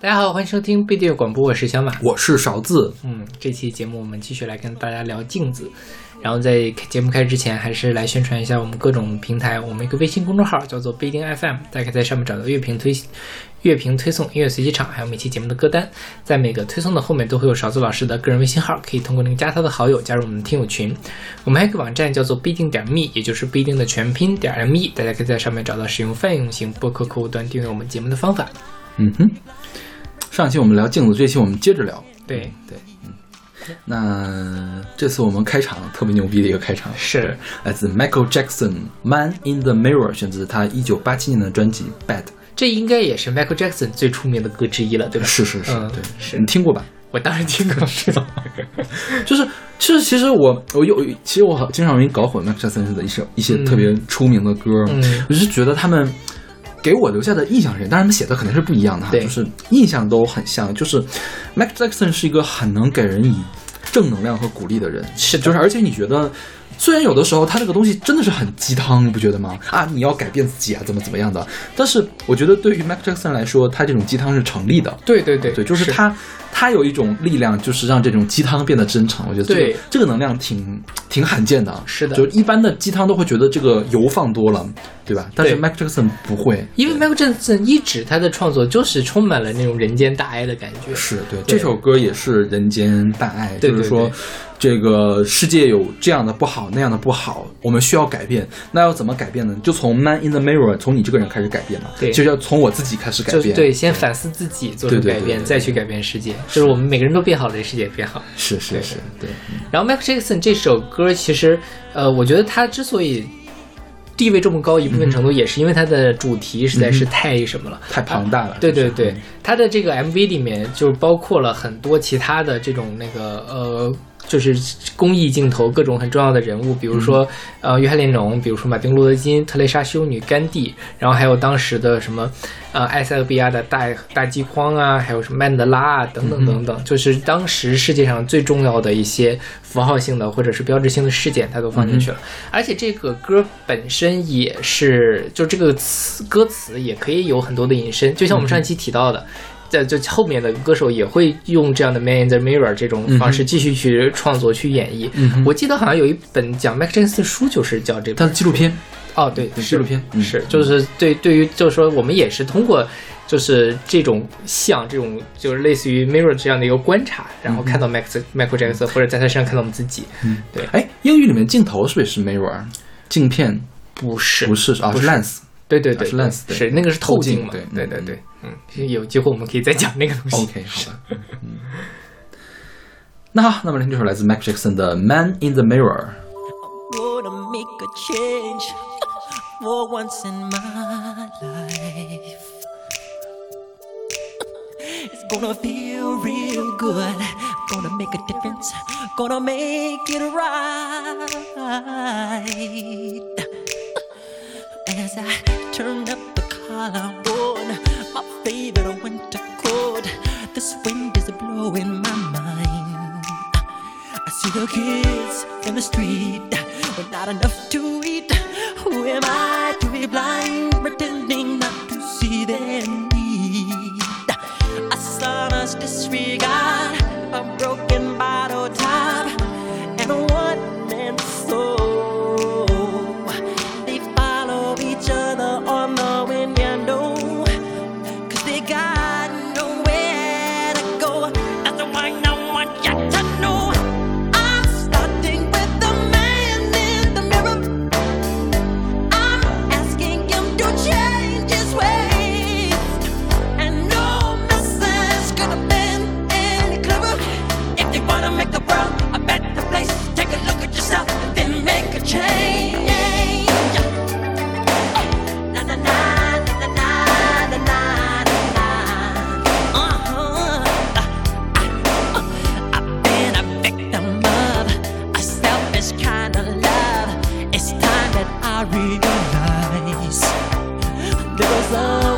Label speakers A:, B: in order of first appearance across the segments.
A: 大家好，欢迎收听贝蒂尔广播，我是小马。
B: 我是勺子，
A: 嗯，这期节目我们继续来跟大家聊镜子。然后在节目开始之前，还是来宣传一下我们各种平台。我们一个微信公众号叫做不一定 FM，大家可以在上面找到乐评推乐评推送、音乐随机场，还有每期节目的歌单。在每个推送的后面都会有勺子老师的个人微信号，可以通过那个加他的好友加入我们的听友群。我们还有一个网站叫做不一定点 me，也就是不一定的全拼点 me，大家可以在上面找到使用泛用型播客客户端订阅我们节目的方法。
B: 嗯哼。上期我们聊镜子，这期我们接着聊。
A: 对，
B: 对，嗯，那这次我们开场特别牛逼的一个开场，
A: 是
B: 来自 Michael Jackson《Man in the Mirror》，选自他一九八七年的专辑《Bad》。
A: 这应该也是 Michael Jackson 最出名的歌之一了，对吧？
B: 是是呃是，
A: 嗯
B: 对，
A: 是
B: 你听过吧？
A: 我当然听 过，是吧？
B: 就是，就是，其实我我有，其实我好经常容易搞混 Michael Jackson 的一些一些特别出名的歌，
A: 嗯
B: 我是觉得他们给我留下的印象是，当然他们写的肯定是不一样的哈，
A: 对
B: 就是印象都很像。就是 Michael Jackson 是一个很能给人以正能量和鼓励的人，
A: 是的
B: 就是而且你觉得。虽然有的时候他这个东西真的是很鸡汤，你不觉得吗？啊，你要改变自己啊，怎么怎么样的？但是我觉得对于 Michael Jackson 来说，他这种鸡汤是成立的。
A: 对对对
B: 对，就是他，他有一种力量，就是让这种鸡汤变得真诚。我觉得这
A: 对
B: 个这个能量挺挺罕见的啊。
A: 是的
B: 就一般的鸡汤都会觉得这个油放多了，对吧？但是
A: 对
B: Mac Jackson 不会。
A: 因为 Michael Jackson 一直他的创作就是充满了那种人间大爱的感觉。
B: 是对这首歌也是人间大爱，
A: 对
B: 就是
A: 对
B: 说
A: 对，
B: 这个世界有这样的不好，那样的不好，我们需要改变。那要怎么改变呢？就从 Man in the Mirror，从你这个人开始改变嘛。
A: 对
B: 就要从我自己开始改
A: 就是
B: 变。嗯
A: 对，，先反思自己，做出
B: 对对
A: 改
B: 对
A: 变，
B: 对
A: 再去改变世界。就是我们每个人都变好了，这世界也变好。
B: 是是是，对，
A: 然后 Michael Jackson 这首歌，其实，呃，我觉得他之所以地位这么高，一
B: 嗯
A: 部分程度也是因为他的主题实在是太什么了，
B: 太庞大了。
A: 啊
B: 嗯
A: 对对对，他的这个 MV 里面就是包括了很多其他的这种那个呃。就是公益镜头，各种很重要的人物，比如说，呃，约翰列侬，比如说马丁路德金、特蕾莎修女、甘地，然后还有当时的什么，呃，埃塞俄比亚的大大饥荒啊，还有什么曼德拉啊，等
B: 嗯
A: 等等等，就是当时世界上最重要的一些符号性的或者是标志性的事件，他都放进去了。
B: 嗯
A: 而且这个歌本身也是，就这个词歌词也可以有很多的引申，就像我们上一期提到
B: 嗯
A: 的，在就后面的歌手也会用这样的 “man in the mirror” 这种方式继续去创作、去演绎。
B: 嗯哼
A: 我记得好像有一本讲 Mac Jackson 的书，就是叫这
B: 他
A: 本
B: 的纪录片，
A: 哦，对，
B: 对
A: 是
B: 纪录片嗯
A: 是就是对对于就是说我们也是通过。就是这种像这种就是类似于 mirror 这样的一个观察，然后看
B: 嗯
A: 到 Max Michael Jackson 或者在他身上看到我们自己，
B: 哎，英语里面镜头是不是也是 mirror？镜片
A: 不是
B: 不是啊，是 lens。
A: 对对
B: 啊
A: 对，
B: 是 lens，对
A: 是那个是透镜嘛？
B: 透镜
A: 对
B: 对
A: 对
B: 嗯
A: 对，嗯，有机会我们可以再讲那个东西。
B: OK，好吧。嗯，那好，那么来听这首来自 Mac Jackson 的《Man in the Mirror》。
C: Wanna make a change for once in my life. It's gonna feel real good. Gonna make a difference. Gonna make it right. As I turn up the collar on my favorite winter coat, this wind is blowing my mind. I see the kids in the street with not enough to eat. Who am I to be blind, pretending not to see their need? A sonorous disregard, a broken bottle top, and a one man soul. They follow each other on the wind, you know. Cause they got nowhere to go. That's why no one got to know. I'm starting with the man in the mirror. I'm asking him to change his ways. And no message could have been any clearer. If Oh, Uh-huh. Oh, Oh,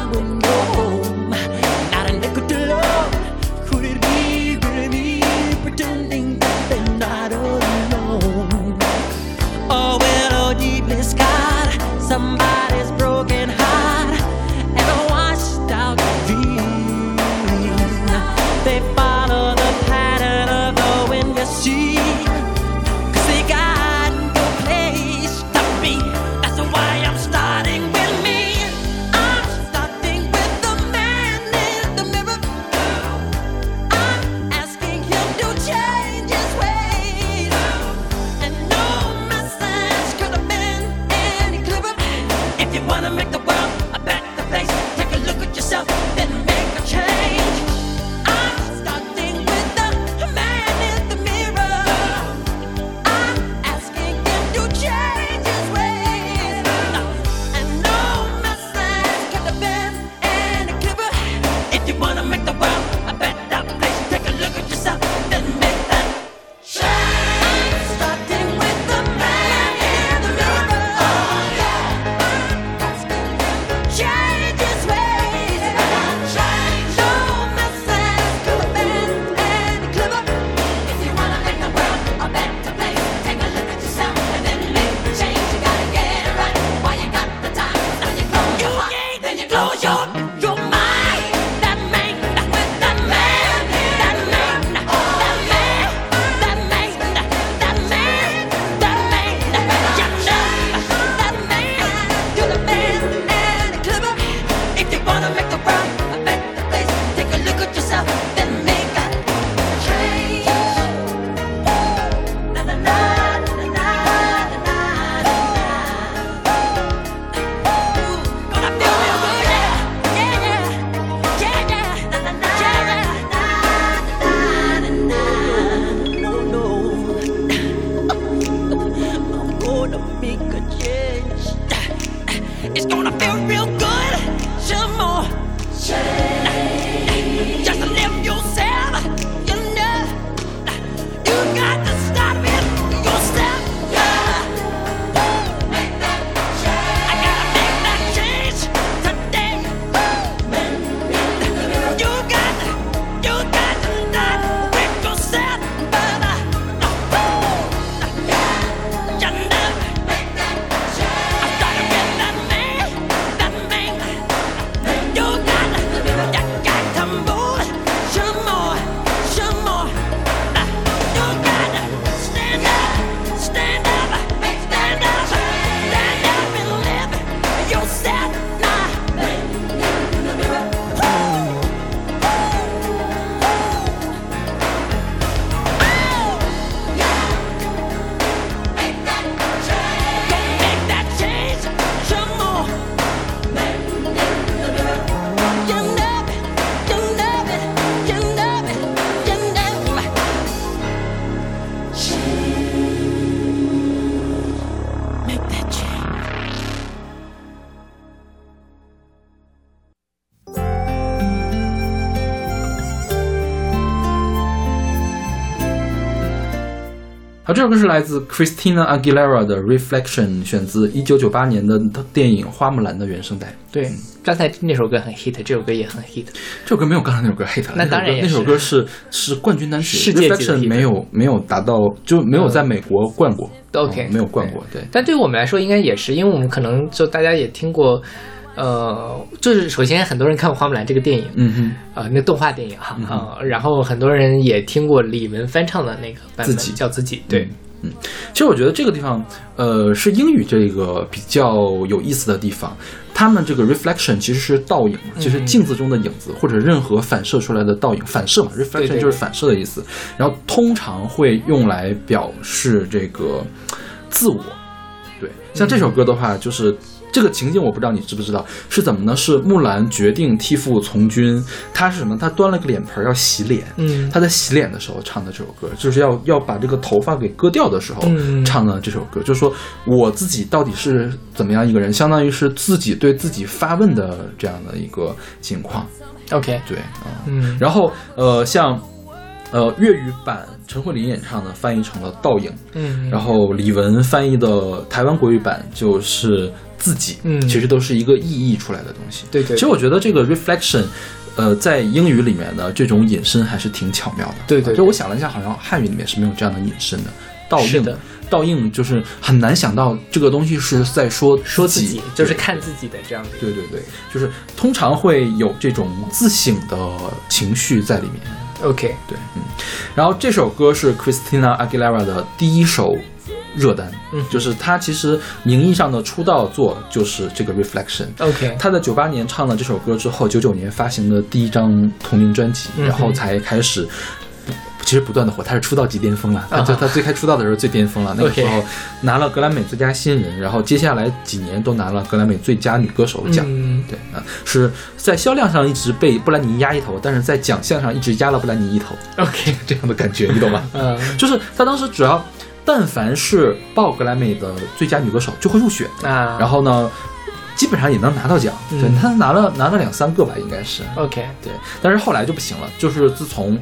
B: 好，这首歌是来自 Christina Aguilera 的《Reflection》，选自1998年的电影《花木兰》的原声带。
A: 对，刚才那首歌很 hit，这首歌也很 hit。
B: 这首歌没有刚才那首歌 hit 了，
A: 那当然也
B: 那首歌是是冠军单曲，
A: 世界级的
B: Reflection
A: hit
B: 没有没有达到，就没有在美国冠过。
A: OK，
B: 嗯没有冠过，对。
A: 但对于我们来说，应该也是，因为我们可能就大家也听过，呃，就是首先很多人看过《花木兰》这个电影，
B: 嗯
A: 呃，那动画电影哈啊、然后很多人也听过李玟翻唱的那个版本，
B: 自己
A: 叫自己，对，
B: 哼，嗯其实我觉得这个地方，呃，是英语这个比较有意思的地方。他们这个 reflection 其实是倒影，其
A: 嗯
B: 实镜子中的影子，或者任何反射出来的倒影，反射嘛
A: 对
B: ，reflection
A: 对
B: 就是反射的意思。然后通常会用来表示这个自我。对，像这首
A: 嗯
B: 歌的话，就是这个情景，我不知道你知不知道是怎么呢？是木兰决定替父从军，她是什么？她端了个脸盆儿要洗脸，
A: 嗯
B: 她在洗脸的时候唱的这首歌，就是要要把这个头发给割掉的时候
A: 嗯
B: 唱的这首歌，就是说我自己到底是怎么样一个人，相当于是自己对自己发问的这样的一个情况。
A: ，OK，
B: 对，嗯。
A: 嗯，
B: 然后呃，像呃粤语版陈慧琳演唱的翻译成了倒影，
A: 嗯，
B: 然后李玟翻译的台湾国语版就是自己，
A: 嗯
B: 其实都是一个意译出来的东西。
A: 对对
B: 其实我觉得这个 reflection，呃，在英语里面的这种引申还是挺巧妙的。
A: 对对对
B: 啊就我想了一下，好像汉语里面是没有这样的引申的。倒
A: 是
B: 映
A: 的，
B: 倒映就是很难想到这个东西是在说
A: 说自己
B: 己，
A: 就是看自己的这样的一个。
B: 对对对，就是通常会有这种自省的情绪在里面。
A: OK，
B: 对，嗯。然后这首歌是 Christina Aguilera 的第一首热单，
A: 嗯
B: 就是她其实名义上的出道作就是这个 Reflection。
A: OK，
B: 她在九八年唱了这首歌之后，九九年发行的第一张同名专辑，
A: 嗯哼
B: 然后才开始。其实不断的火，她是出道即巅峰了。她
A: 啊
B: 就她最开出道的时候最巅峰了，那个
A: OK
B: 时候拿了格莱美最佳新人，然后接下来几年都拿了格莱美最佳女歌手奖。
A: 嗯，
B: 对啊，是在销量上一直被布兰妮压一头，但是在奖项上一直压了布兰妮一头，
A: ，OK，
B: 这样的感觉，你懂吗？
A: 嗯
B: 就是他当时只要但凡是报格莱美的最佳女歌手就会入选，
A: 啊，
B: 然后呢，基本上也能拿到奖，对
A: 嗯哦
B: 他拿了拿了两三个吧，应该是
A: OK，啊
B: 对，但是后来就不行了，就是自从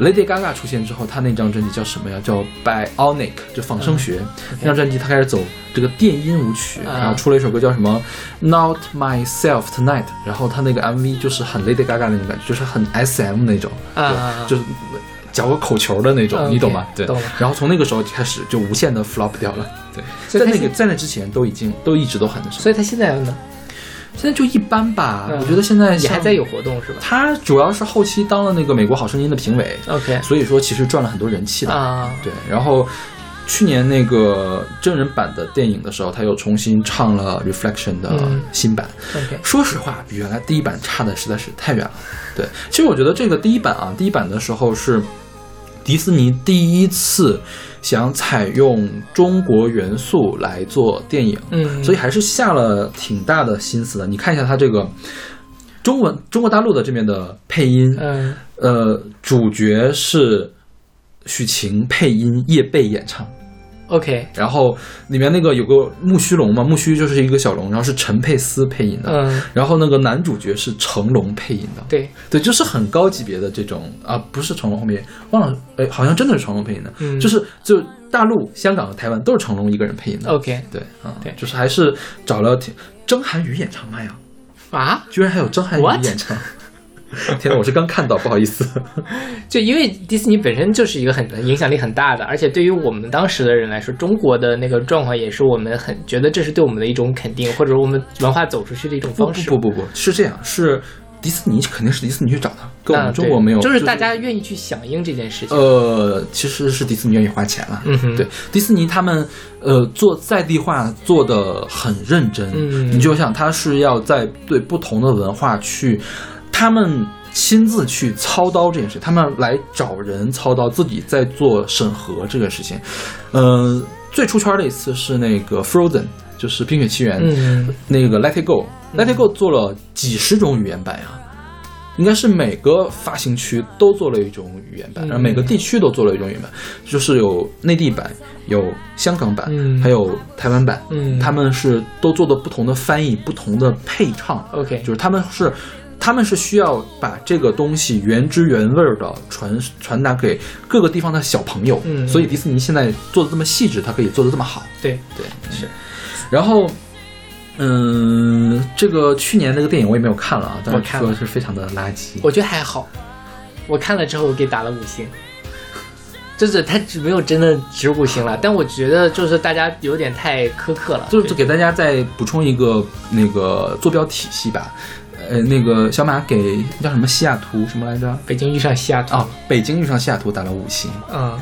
B: Lady Gaga 出现之后，她那张专辑叫什么呀？叫 Bionic，就仿生学。那张专辑她开始走这个电音舞曲，
A: 嗯啊
B: 然后出了一首歌叫什么 Not Myself Tonight，然后她那个 MV 就是很 Lady Gaga 那种感觉，就是很 SM 那种，
A: 啊
B: 对就是嚼个口球的那种，
A: 啊
B: 你懂
A: OK，
B: 吗？对
A: 懂了。
B: 然后从那个时候开始就无限的 flop 掉了。对，
A: 所以
B: 在
A: 她
B: 那个
A: 现
B: 在那之前都已经都一直都很那什么，
A: 所以他现在呢，
B: 现在就一般吧。
A: 嗯
B: 我觉得现在
A: 也还
B: 像
A: 在有活动是吧
B: 他主要是后期当了那个美国好声音的评委，
A: ？OK，
B: 所以说其实赚了很多人气的。
A: 啊，
B: 对，然后去年那个真人版的电影的时候，他又重新唱了《Reflection》的
A: 嗯
B: 新版。
A: ，OK，
B: 说实话，比原来第一版差的实在是太远了。对，其实我觉得这个第一版啊，第一版的时候是迪士尼第一次想采用中国元素来做电影，
A: 嗯
B: 所以还是下了挺大的心思的。你看一下它这个中文中国大陆的这边的配音，
A: 嗯
B: 呃，主角是许晴配音，叶蓓演唱。
A: ，OK，
B: 然后里面那个有个木须龙嘛，木须就是一个小龙，然后是陈佩斯配音的，
A: 嗯，
B: 然后那个男主角是成龙配音的，
A: 对，
B: 对，就是很高级别的这种啊，不是成龙后面忘了，哎，好像真的是成龙配音的，
A: 嗯
B: 就是就大陆、香港、台湾都是成龙一个人配音的。
A: OK
B: 对，
A: 哦
B: 啊、
A: 对
B: 就是还是找了挺张涵予演唱麦呀，
A: 啊，
B: 居然还有张涵予
A: What？
B: 演唱。 天呐，我是刚看到，不好 意思。
A: 就因为迪士尼本身就是一个很影响力很大的，而且对于我们当时的人来说，中国的那个状况也是我们很觉得这是对我们的一种肯定，或者我们文化走出去的一种
B: 不
A: 方式。
B: 不不不不，是这样，是迪士尼肯定是迪士尼去找他，跟我
A: 那
B: 们中
A: 对
B: 国没有，
A: 嗯哦就是大家愿意去响应这件事情。
B: 呃，其实是迪士尼愿意花钱了。
A: 嗯哼
B: 对，迪士尼他们呃做在地化做的很认真。
A: 嗯
B: 你就想他是要在对不同的文化去，他们。亲自去操刀这件事，他们来找人操刀，自己在做审核这个事情。嗯、最出圈的一次是那个 Frozen，就是《冰雪奇缘》
A: 嗯
B: 那个 Let It Go，Let It Go 做了几十种语言版呀、应该是每个发行区都做了一种语言版，
A: 嗯
B: 然后每个地区都做了一种语言版，就是有内地版、有香港版，
A: 嗯
B: 还有台湾版，
A: 嗯
B: 他们是都做的不同的翻译、不同的配唱，
A: ，OK，
B: 就是他们是。他们是需要把这个东西原汁原味儿的传传达给各个地方的小朋友，
A: 嗯
B: 所以迪士尼现在做的这么细致，它可以做的这么好。
A: 对，
B: 对，
A: 是。
B: 然后，嗯，这个去年那个电影我也没有看了啊，但
A: 我
B: 是
A: 看
B: 说
A: 了
B: 是非常的垃圾。
A: 我觉得还好。我看了之后，我给打了五星，就是他没有真的值五星了，但我觉得就是大家有点太苛刻了。
B: 啊就是给大家再补充一个那个坐标体系吧，呃，那个小马给叫什么西雅图什么来着？
A: 北京遇上西雅图，
B: 啊，北京遇上西雅图打了五星，
A: 嗯，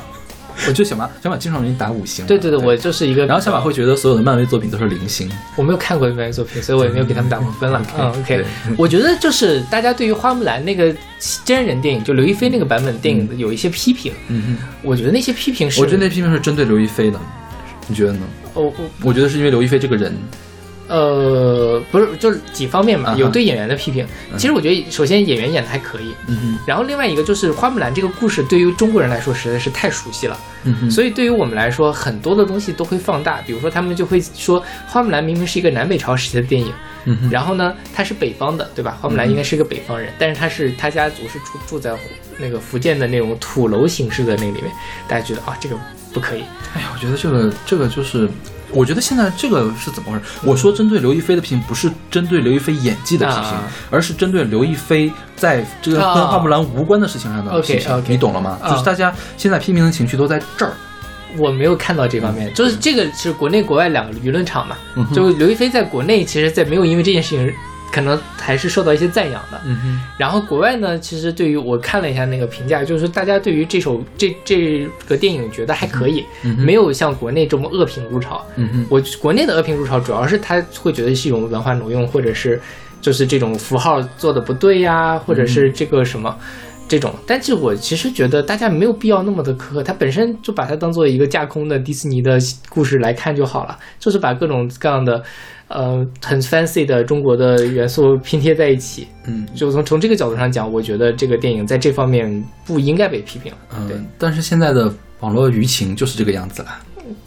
B: 我就小马小马经常容易打五星嘛。
A: 对对对，我就是一个。
B: 然后小马会觉得所有的漫威作品都是零星，
A: 我没有看过漫威作品，所以我也没有给他们打过分了。嗯，OK，
B: 对
A: 我觉得就是大家对于花木兰那个真人电影，就刘亦菲那个版本电影的有一些批评，
B: 嗯，
A: 我觉得那些批评是，
B: 我觉得那批评是针对刘亦菲的，你觉得呢？
A: 我我
B: 我觉得是因为刘亦菲这个人，
A: 呃，不是，就是几方面
B: 啊
A: 嘛，
B: 哈
A: 有对演员的批评。其实我觉得，首先演员演的还可以，
B: 嗯哼，
A: 然后另外一个就是花木兰这个故事对于中国人来说实在是太熟悉了，
B: 嗯哼，
A: 所以对于我们来说，很多的东西都会放大。比如说，他们就会说花木兰明明是一个南北朝时期的电影，
B: 嗯哼，嗯
A: 然后呢，她是北方的，对吧？花木兰应该是个北方人，但是她是她家族是住住在那个福建的那种土楼形式的那个里面，大家觉得啊，这个不可以。
B: 哎呀，我觉得这个这个就是。我觉得现在这个是怎么回事？我说针对刘亦菲的批评，不是针对刘亦菲演技的批评，
A: 啊
B: 而是针对刘亦菲在这个跟
A: 啊
B: 花木兰无关的事情上的批评。
A: OK，OK
B: 你懂了吗？
A: 啊
B: 就是大家现在批评的情绪都在这儿。
A: 我没有看到这方面，就是这个是国内国外两个舆论场嘛。
B: 嗯哼
A: 就刘亦菲在国内，其实，在没有因为这件事情，可能还是受到一些赞扬的。
B: 嗯哼，
A: 然后国外呢，其实对于我看了一下那个评价，就是大家对于这首这这个电影觉得还可以，
B: 嗯哼
A: 没有像国内这么恶评如潮。
B: 嗯哼，
A: 我国内的恶评如潮，主要是他会觉得是一种文化挪用，或者是就是这种符号做的不对呀、
B: 嗯
A: 或者是这个什么。这种，但是我其实觉得大家没有必要那么的苛刻，它本身就把它当做一个架空的迪士尼的故事来看就好了，就是把各种各样的，呃，很 fancy 的中国的元素拼贴在一起。
B: 嗯，
A: 就从从这个角度上讲，我觉得这个电影在这方面不应该被批评。对
B: 嗯，但是现在的网络舆情就是这个样子了。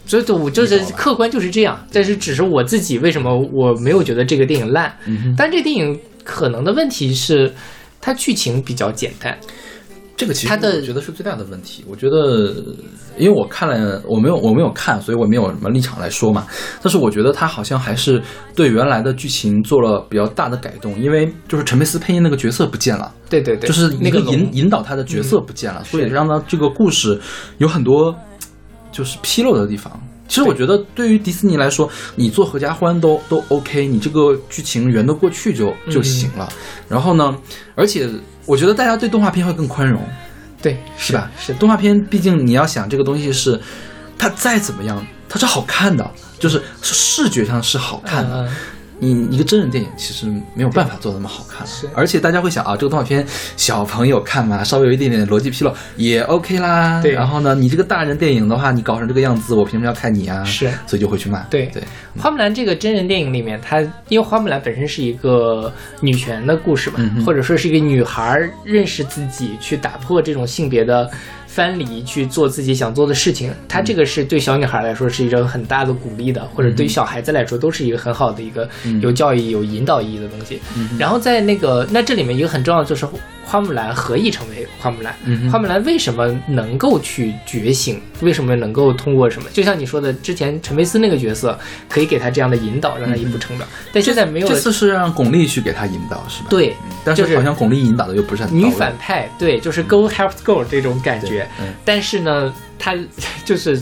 A: 所以就我就是
B: 你懂了吧
A: 客观就是这样，但是只是我自己为什么我没有觉得这个电影烂，
B: 嗯哼，
A: 但这电影可能的问题是，它剧情比较简单，
B: 这个其实
A: 它的
B: 我觉得是最大的问题。我觉得，因为我看了，我没有我没有看，所以我没有什么立场来说嘛。但是我觉得他好像还是对原来的剧情做了比较大的改动，因为就是陈佩斯配音那个角色不见了，
A: 对对对，
B: 就是
A: 那
B: 一
A: 个
B: 个
A: 龙嗯
B: 引引导他的角色不见了，所以
A: 是
B: 让他这个故事有很多就是纰漏的地方。其实我觉得，对于迪士尼来说，你做合家欢都都 OK，你这个剧情圆得过去就
A: 嗯
B: 就行了。然后呢，而且我觉得大家对动画片会更宽容，
A: 对
B: 是吧？
A: 是的
B: 动画片，毕竟你要想这个东西是，它再怎么样，它是好看的，就是是视觉上是好看的。
A: 嗯嗯
B: 你一个真人电影其实没有办法做得那么好看，
A: 是
B: 而且大家会想啊，这个动画片小朋友看嘛，稍微有一点点逻辑纰漏也 OK 啦。
A: 对
B: 然后呢，你这个大人电影的话，你搞成这个样子，我凭什么要看你啊？
A: 是
B: 所以就会去骂。
A: 对
B: 对，
A: 花木兰这个真人电影里面，它因为花木兰本身是一个女权的故事嘛，
B: 嗯哼
A: 或者说是一个女孩儿认识自己，去打破这种性别的藩篱，去做自己想做的事情。它这个是对小女孩来说是一种很大的鼓励的，或者对
B: 嗯
A: 于小孩子来说都是一个很好的一个有教育、有引导意义的东西。
B: 嗯
A: 然后在那个那这里面一个很重要的就是花木兰何以成为花木兰？
B: 嗯哼
A: 花木兰为什么能够去觉醒？为什么能够通过什么？就像你说的，之前陈佩斯那个角色可以给他这样的引导，让他一步成
B: 嗯
A: 长，但现在没有
B: 这
A: 了。
B: 次是让巩俐去给他引导是吧？
A: 对
B: 嗯，但是
A: 就是
B: 好像巩俐引导的又不是很到
A: 女
B: 位
A: 反派，对，就是 go help go 这种感
B: 对
A: 觉。
B: 嗯
A: 但是呢，她就是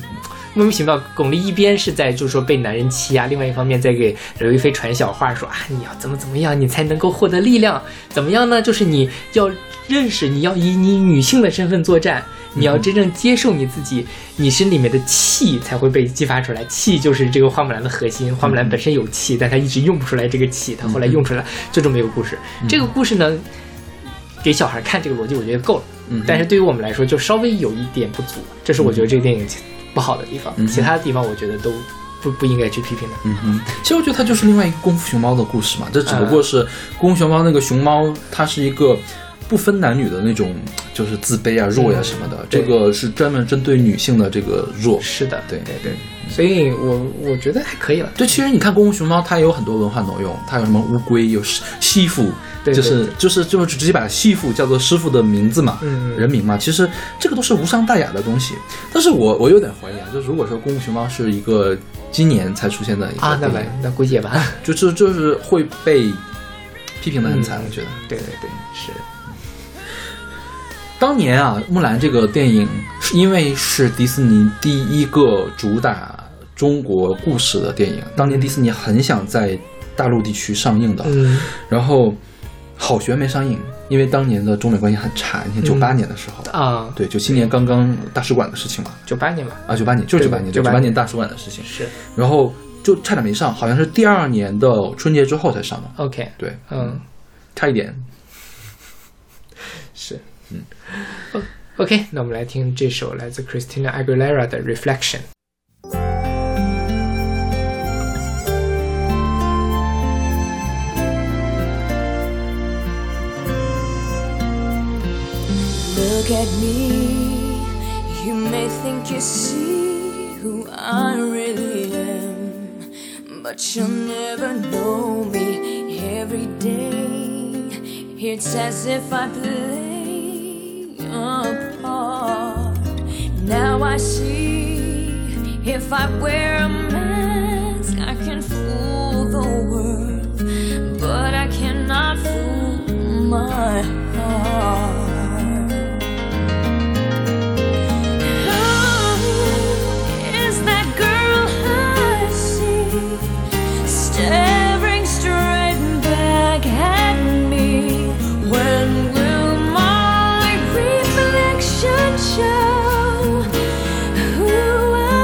A: 莫名其妙，巩俐一边是在就是说被男人欺压，另外一方面在给刘亦菲传小话说啊，你要怎么怎么样，你才能够获得力量？怎么样呢？就是你要认识，你要以你女性的身份作战，你要真正接受你自
B: 嗯
A: 己，你身里面的气才会被激发出来。气就是这个花木兰的核心，花木
B: 嗯
A: 兰本身有气，但她一直用不出来这个气，她后来用出来，就这么一个故事。
B: 嗯
A: 这个故事呢，给小孩看这个逻辑，我觉得够了。
B: 嗯哼
A: 但是对于我们来说，就稍微有一点不足，这是我觉得这个电影不好的地方。
B: 嗯哼
A: 其他地方我觉得都不不应该去批评的。
B: 嗯哼，其实我觉得它嗯就是另外一个功夫熊猫的故事嘛，这只不过是功夫熊猫那个熊猫，它是一个不分男女的那种，就是自卑啊、弱呀、什么的。这个是专门针对女性的这个弱。
A: 是的，
B: 对
A: 对对，所以我我觉得还可以了。
B: 对，其实你看《功夫熊猫》，它有很多文化挪用，它有什么乌龟，有师西父，
A: 对
B: 就是
A: 对对
B: 就是就是直接把西父叫做师傅的名字嘛，
A: 嗯嗯
B: 人名嘛。其实这个都是无伤大雅的东西。但是我我有点怀疑啊，就如果说《功夫熊猫》是一个今年才出现的一个
A: 啊，那
B: 电影
A: 完那估计也完 了。
B: 就就就是会被批评的很惨，我觉得。
A: 对对对，是
B: 当年啊，《木兰》这个电影是因为是迪士尼第一个主打中国故事的电影，当年迪士尼很想在大陆地区上映的，
A: 嗯
B: 然后好悬没上映，因为当年的中美关系很差，你看九八年的时候，
A: 啊，
B: 对，九七年刚刚大使馆的事情嘛，
A: 九八年吧，
B: 啊，九八年就是九八年，
A: 对
B: 九
A: 98
B: 八
A: 年
B: 年大使馆的事情，
A: 是
B: 然后就差点没上，好像是第二年的春节之后才上的，
A: OK，
B: 对，
A: 嗯
B: 差一点。
A: 是嗯，OK，那我们来听这首来自 Christina Aguilera 的《Reflection》。
D: Look at me, you may think you see who I really am, but you'll never know me every day. It's as if I play a part. Now I see if I wear a mask, I can fool the world, but I cannot fool my heart. Who is that girl I see staring straight back at me? When will my reflection show who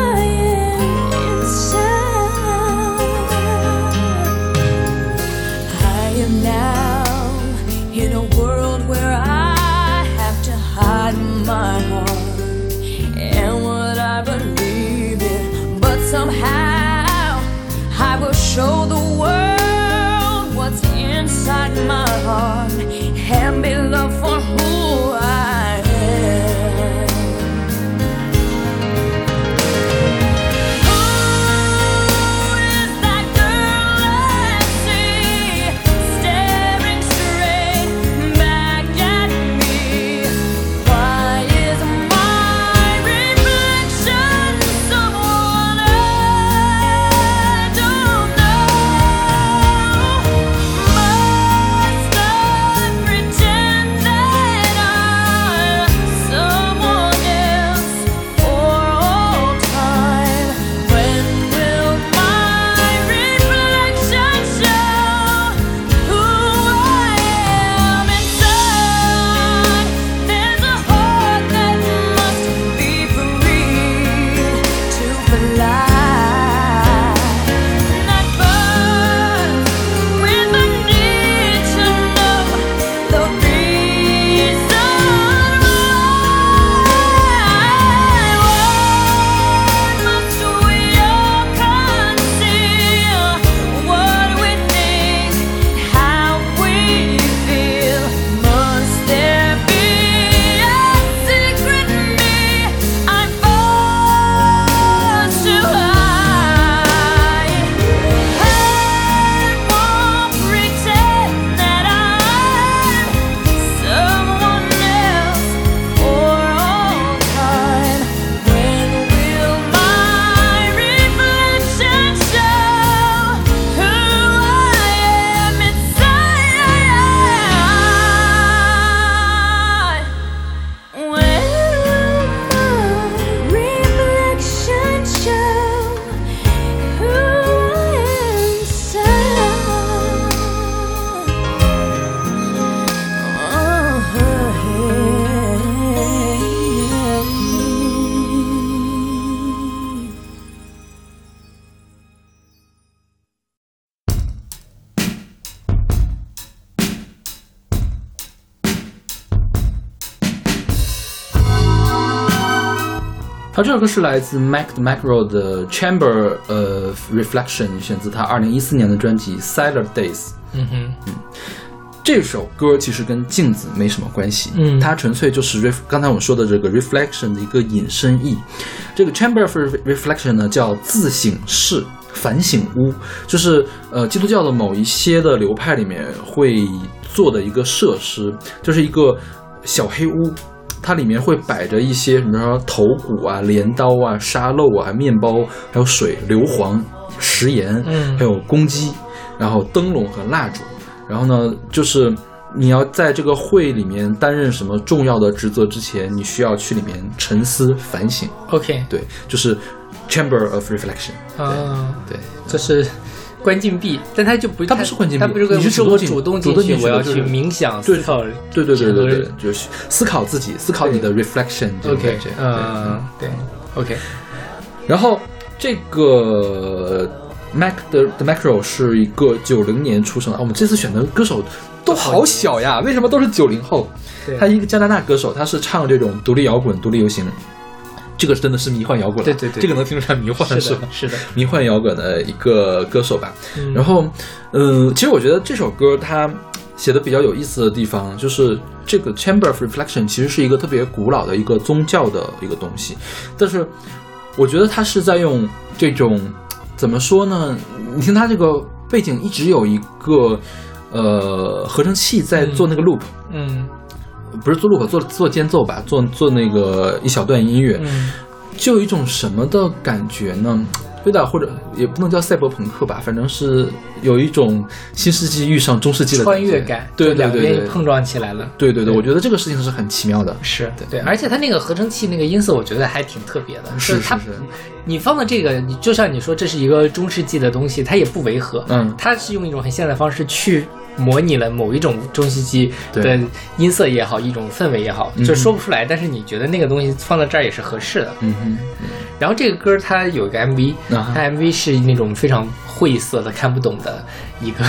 D: I am inside? I am now in a world where I have to hide my heart and what I believe in. But somehow I will show the world what's inside my heart and be loved for who I am. Who is that girl I see staring straight back at me? Why is my reflection someone I don't know? Must I pretend that I'm someone else for all time? When will my reflection show who I am inside? There's a heart that must be free to fly. That burns with a need to know the reason why. must we all conceal what we think, how we feel? Must there be a secret me I'm forced to hide? I won't pretend that I'm someone else for all time. When will my reflection show who I am inside? When will my reflection show who I am Uh-huh. inside?
B: 它这首歌是来自 Mac Macro 的 Chamber of Reflection，选自他二零一四年的专辑《Silent Days》。
A: 嗯哼，
B: 这首歌其实跟镜子没什么关系，
A: 嗯
B: 它纯粹就是 ref 刚才我们说的这个 reflection 的一个引申义。这个 chamber of reflection 呢叫自省室、反省屋，就是呃基督教的某一些的流派里面会做的一个设施，就是一个小黑屋。它里面会摆着一些什么头骨啊、镰刀啊、沙漏啊、面包，还有水、硫磺、食盐，
A: 嗯
B: 还有公鸡，然后灯笼和蜡烛。然后呢，就是你要在这个会里面担任什么重要的职责之前，你需要去里面沉思反省。
A: OK，
B: 对，就是 chamber of reflection 对。
A: 啊，
B: 对，
A: 这是关禁闭，但它就不，
B: 它不是关禁闭
A: 它不是关
B: 你
A: 禁
B: 是
A: 闭，是
B: 主
A: 我
B: 动进
A: 主动进
B: 主动进去
A: 我
B: 的
A: 要
B: 就
A: 去
B: 是
A: 冥想
B: 对
A: 思考，
B: 对对对对
A: 整
B: 对
A: 个，
B: 就是思考自己，思考你的 reflection 这种
A: OK，
B: 感觉。对
A: 嗯，对，OK，
B: 然后这个 Mac 的 The Macro 是一个九零年出生的，哦我们这次选的歌手都好小呀，为什么都是九零后？
A: 对
B: 他一个加拿大歌手，他是唱这种独立摇滚、独立流行，这个真的是迷幻摇滚了，
A: 对对对
B: 这个能听出来迷幻
A: 是
B: 吧
A: 的，？是的，
B: 迷幻摇滚的一个歌手吧。
A: 嗯
B: 然后，呃，其实我觉得这首歌它写的比较有意思的地方，就是这个 Chamber of Reflection 其实是一个特别古老的一个宗教的一个东西，但是我觉得它是在用这种怎么说呢？你听它这个背景一直有一个呃合成器在做那个 loop，、
A: 嗯
B: 不是做 loop，做做间奏吧，做做那个一小段音乐。
A: 嗯
B: 就有一种什么的感觉呢？有点或者也不能叫赛博朋克吧，反正是有一种新世纪遇上中世纪的
A: 嗯穿
B: 觉
A: 越感，
B: 对
A: 就
B: 对
A: 两
B: 对对
A: 边，碰撞起来了。
B: 对对对，我觉得这个事情是很奇妙的。
A: 是
B: 对
A: 对，而且它那个合成器那个音色，我觉得还挺特别的。
B: 是
A: 就是它
B: 是是
A: 你放的这个，你就像你说，这是一个中世纪的东西，它也不违和。
B: 嗯
A: 它是用一种很现代的方式去模拟了某一种中世纪的
B: 对嗯
A: 音色也好，一种氛围也好，就说不出来。但是你觉得那个东西放到这儿也是合适的。
B: 嗯哼，
A: 然后这个歌它有一个 MV，
B: 啊哈
A: 它 MV 是那种非常晦涩的、看不懂的一个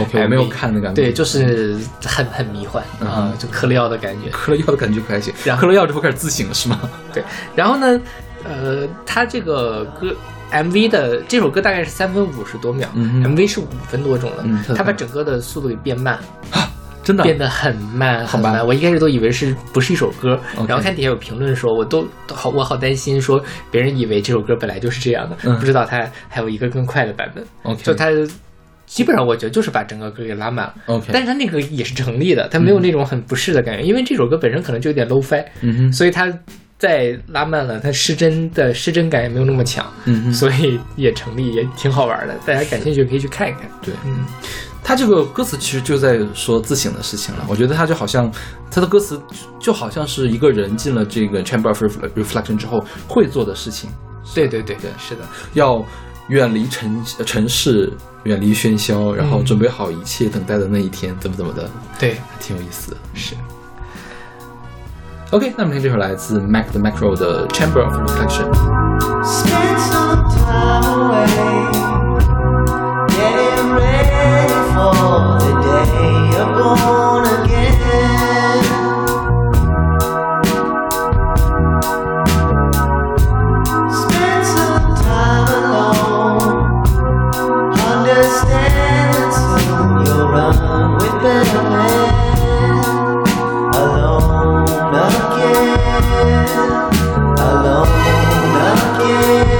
B: OK，我
A: MV
B: 没有看那个 MV
A: 对，就是很很迷幻
B: 嗯
A: 啊，就嗑了药的感觉。
B: 嗑了药的感觉不还行，
A: 然后
B: 嗑了药之后开始自省是吗？
A: 对，然后呢，呃，它这个歌 MV 的这首歌大概是三分五十多秒、
B: 嗯哼
A: m v 是五分多钟的，
B: 嗯特别
A: 它把
B: 慢
A: 整个的速度给变慢，
B: 真的
A: 变得很慢
B: 好
A: 很
B: 吧
A: 慢。我一开始都以为是不是一首歌
B: OK
A: 然后看底下有评论说，我都都好我好担心说别人以为这首歌本来就是这样的，
B: 嗯
A: 不知道它还有一个更快的版本，
B: OK，
A: 就它。基本上我觉得就是把整个歌给拉满了
B: OK
A: 但是它那个也是成立的，它没有那种很不适的感觉，因为这首歌本身可能就有点 low fi，
B: 嗯哼，
A: 所以它再拉慢了，它失真的失真感也没有那么强，
B: 嗯哼，
A: 所以也成立，也挺好玩的。大家感兴趣可以去看一看。
B: 对，
A: 嗯，
B: 他这个歌词其实就在说自省的事情了。我觉得他就好像他的歌词就好像是一个人进了这个 chamber of reflection 之后会做的事情，
A: 对对对
B: 对
A: 是的，
B: 要远离城呃城市，远离喧嚣，然后
A: 嗯
B: 准备好一切，等待的那一天，怎么怎么的，
A: 对
B: 还挺有意思的。
A: 是。
B: OK，那么听这首来自 Mac the Macro 的 Chamber of Reflection。
E: Spend some time away, getting ready for the day you're born again. Spend some time alone, understand that soon you'll run with better men. Alone again. Alone again,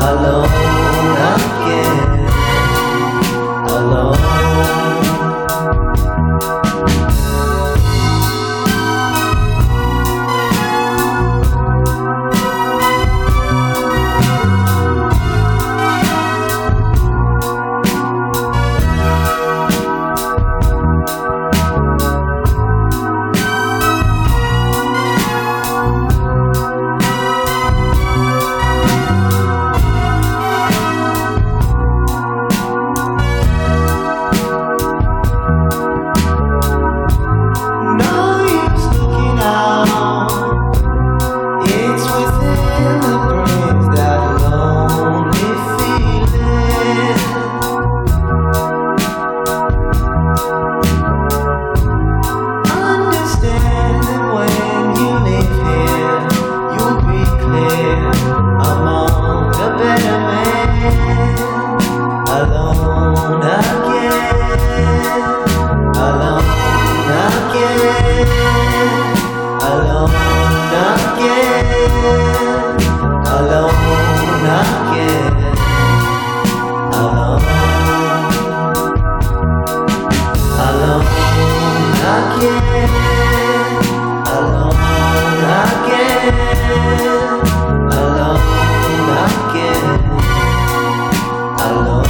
E: alone again, alone again, alone. again, alone again, alone again, alone.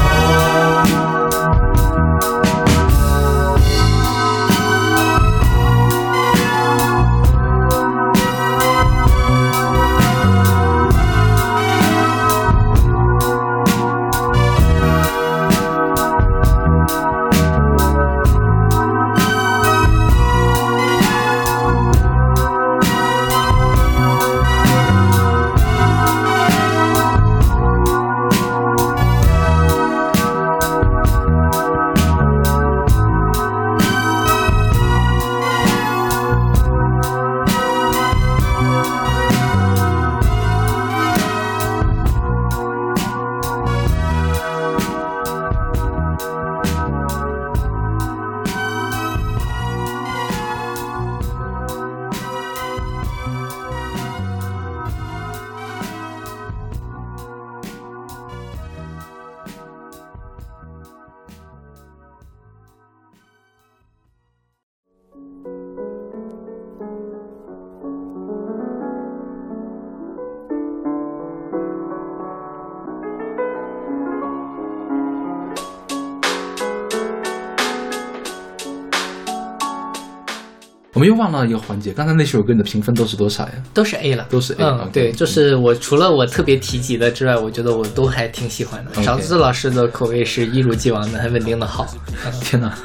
B: 我们又忘了一个环节，刚才那首歌你的评分都是多少呀？
A: 都是 A 了，
B: 都是 A，
A: 嗯
B: OK
A: 对，就是我除了我特别提及的之外，我觉得我都还挺喜欢的。
B: OK
A: 勺子老师的口味是一如既往的很稳定的好，
B: 天哪，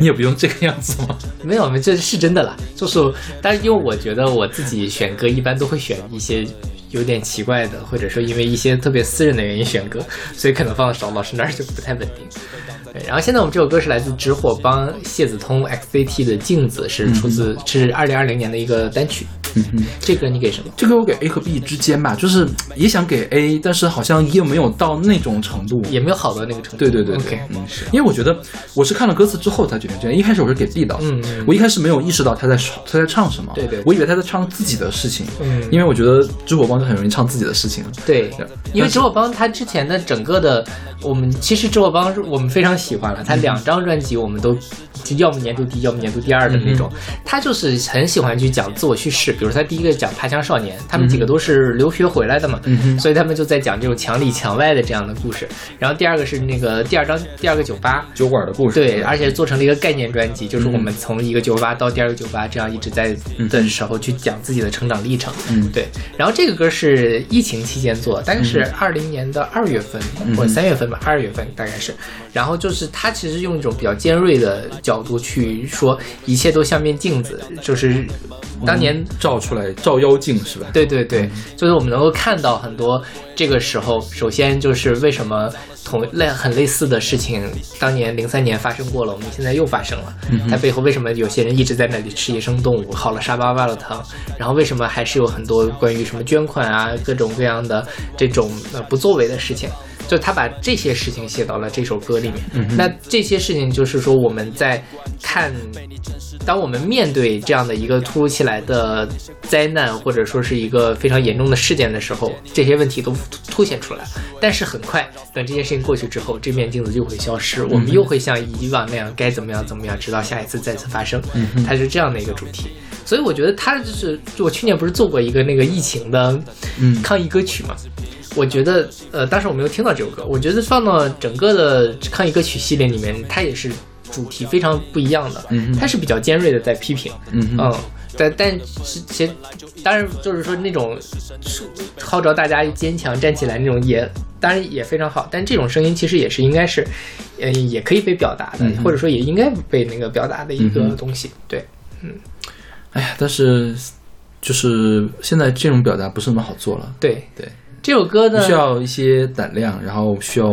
B: 你也不用这个样子吗？
A: 没有，这是真的啦。就是，但是因为我觉得我自己选歌一般都会选一些有点奇怪的，或者说因为一些特别私人的原因选歌，所以可能放到勺老师那儿就不太稳定。对，然后现在我们这首歌是来自直火帮谢子通 XAT 的《镜子》，是出自、
B: 嗯
A: 是二零二零年的一个单曲。这歌你给什么？
B: 这个我给 A 和 B 之间吧，就是也想给 A，但是好像又没有到那种程度。
A: 也没有好到那个程度。
B: 对对对
A: o
B: 对
A: k
B: 嗯，因为我觉得我是看了歌词之后才决定这样，一开始我是给 B 的，
A: 嗯嗯
B: 我一开始没有意识到他在说他在唱什么，
A: 对对对
B: 我以为他在唱自己的事情，
A: 嗯
B: 因为我觉得知火帮就很容易唱自己的事情，
A: 对
B: 对，
A: 因为周火帮他之前的整个的，我们其实周火帮我们非常喜欢了，他两张专辑我们都要么年度第一，要么年度第二的那种。他就是很喜欢去讲自我叙事，比如他第一个讲《爬墙少年》，他们几个都是留学回来的嘛，所以他们就在讲这种墙里墙外的这样的故事。然后第二个是那个第二张第二个酒吧，
B: 酒馆的故事，嗯
A: 对，而且做成了一个概念专辑，就是我们从一个酒吧到第二个酒吧，这样一直在嗯的时候去讲自己的成长历程。
B: 嗯
A: 对。然后这个歌是疫情期间做，大概是二零年的二月份、或者三月份吧，二月份大概是。然后就是他其实用一种比较尖锐的角度去说，一切都像面镜子，就是当年
B: 照出来照妖镜是吧？
A: 对对对，就是我们能够看到很多这个时候，首先就是为什么同类很类似的事情，当年零三年发生过了，我们现在又发生了。它背后为什么有些人一直在那里吃野生动物，好了沙巴挖了糖，然后为什么还是有很多关于什么捐款啊，各种各样的这种呃不作为的事情。就他把这些事情写到了这首歌里面。那这些事情就是说我们在看，当我们面对这样的一个突如其来的灾难，或者说是一个非常严重的事件的时候，这些问题都凸凸显出来。但是很快，等这件事情过去之后，这面镜子就会消失，我们又会像以往那样该怎么样怎么样，直到下一次再次发生。它是这样的一个主题。所以我觉得他就是，就我去年不是做过一个那个疫情的
B: 嗯
A: 抗疫歌曲嘛，我觉得，呃，当时我没有听到这首歌，我觉得放到整个的抗议歌曲系列里面，它也是主题非常不一样的，它是比较尖锐的在批评，
B: 嗯
A: 嗯，但但是其实当然就是说那种呃号召大家坚强站起来那种也当然也非常好，但这种声音其实也是应该是，呃，也可以被表达的，
B: 嗯
A: 或者说也应该被那个表达的一个东西，对。
B: 哎呀，但是就是现在这种表达不是那么好做了。
A: 对
B: 对，
A: 这首歌呢，
B: 需要一些胆量，然后需要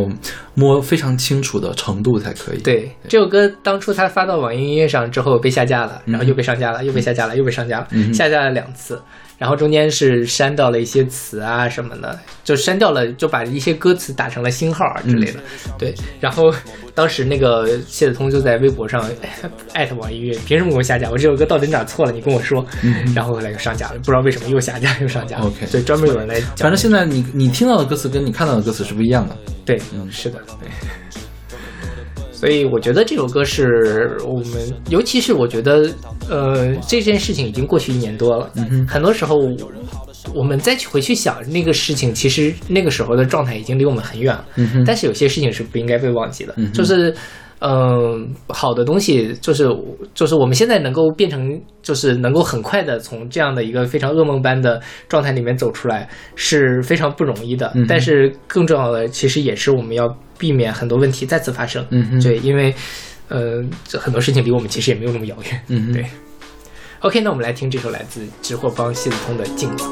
B: 摸非常清楚的程度才可以。，
A: 对，这首歌当初它发到网易音乐上之后被下架了，
B: 嗯
A: 然后又被上架了，又被下架了，又被上架了，下架了两次。然后中间是删掉了一些词啊什么的，就删掉了，就把一些歌词打成了星号啊之类的。
B: 嗯
A: 对，然后当时那个谢子通就在微博上哎艾特网易云，凭什么给我下架？我这首歌到底哪错了？你跟我说。然后后来又上架了，不知道为什么又下架又上架了。
B: 嗯 OK
A: 所以专门有人来讲。
B: 反正现在你你听到的歌词跟你看到的歌词是不一样的。
A: 对，是的，对。 所以我觉得这首歌是我们，尤其是我觉得，呃，这件事情已经过去一年多了，很多时候我们再去回去想那个事情，其实那个时候的状态已经离我们很远了。
B: 嗯
A: 但是有些事情是不应该被忘记的，就是。嗯，好的东西就是就是我们现在能够变成，就是能够很快的从这样的一个非常噩梦般的状态里面走出来，是非常不容易的。
B: 嗯
A: 但是更重要的，其实也是我们要避免很多问题再次发生。
B: 嗯哼
A: 对，因为呃，这很多事情离我们其实也没有那么遥远。
B: 嗯哼
A: 对。OK，那我们来听这首来自直货帮西子通的《镜子》。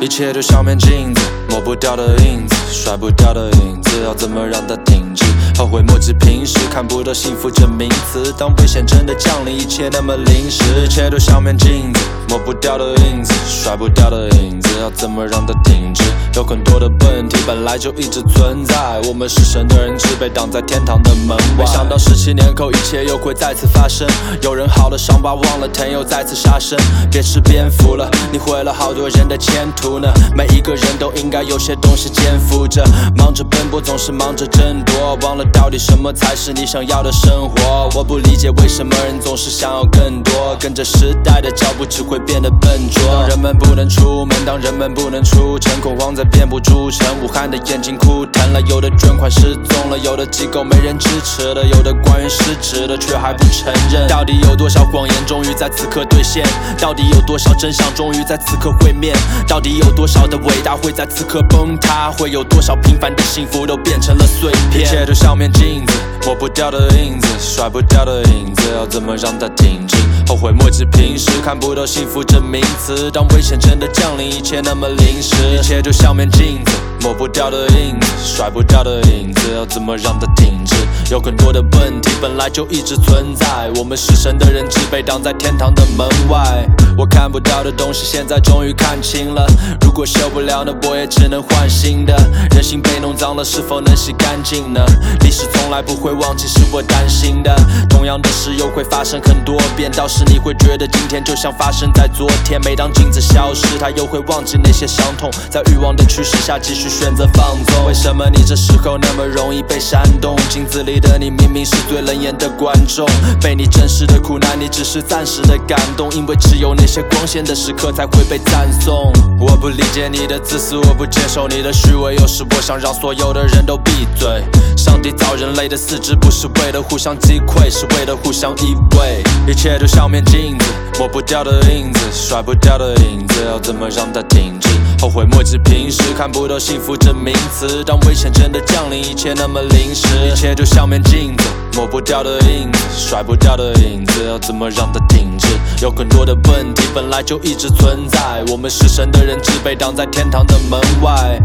F: 一切就像面镜子，抹不掉的印子，甩不掉的影子，要怎么让它停止？后悔莫及平时，看不到幸福这名词。当危险真的降临，一切那么临时，一切都像面镜子，抹不掉的印子，甩不掉的影子，要怎么让它停止？有很多的问题本来就一直存在，我们是神的人质，被挡在天堂的门外。没想到十七年后，一切又会再次发生。有人好了，伤疤忘了疼，又再次杀生。别吃蝙蝠了，你毁了好多人的前途呢。每一个人都应该有些东西肩负着，忙着奔波，总是忙着争夺，忘了到底什么才是你想要的生活。我不理解为什么人总是想要更多，跟着时代的脚步只会变得笨拙。当人们不能出门，当人们不能出城，恐慌在遍布诸城，武汉的眼睛哭疼了，有的捐款失踪了，有的机构没人支持了，有的官员失职了却还不承认。到底有多少谎言终于在此刻兑现？到底有多少真相终于在此刻会面？到底有多少的伟大会在此刻崩塌？会有多少平凡的幸福都变成了碎片？一切都像面镜子，抹不掉的印子，甩不掉的影子，要怎么让它停止？后悔莫及平时，看不到幸福这名词。当危险真的降临，一切那么临时，一切就像面镜子，抹不掉的印子，甩不掉的影子，要怎么让它停止？有很多的问题本来就一直存在，我们是神的人只被挡在天堂的门外。我看不到的东西，现在终于看清了。如果修不了呢，我也只能换新的。人心被弄脏了，是否能洗干净呢？历史从来不会忘记，是我担心的。同样的事又会发生很多遍，到时你会觉得今天就像发生在昨天。每当镜子消失，它又会忘记那些伤痛，在欲望的驱使下继续选择放纵。为什么你这时候那么容易被煽动？镜子里的你明明是最冷眼的观众，被你真实的苦难，你只是暂时的感动，因为只有那些光鲜的时刻才会被赞颂。我不理解你的自私，我不接受你的虚伪，有时我想让所有的人都闭嘴。上帝造人类的四肢不是为了互相击溃，是为了互相依偎。一切都像面镜子，抹不掉的印子，甩不掉的影子，要怎么让它停止？后悔莫及平时，看不到幸福这名词。当危险真的降临，一切那么临时，一切就像面镜子，抹不掉的印子，甩不掉的影子，要怎么让它停止？有很多的问题本来就一直存在，我们是神的人只被挡在天堂的门外。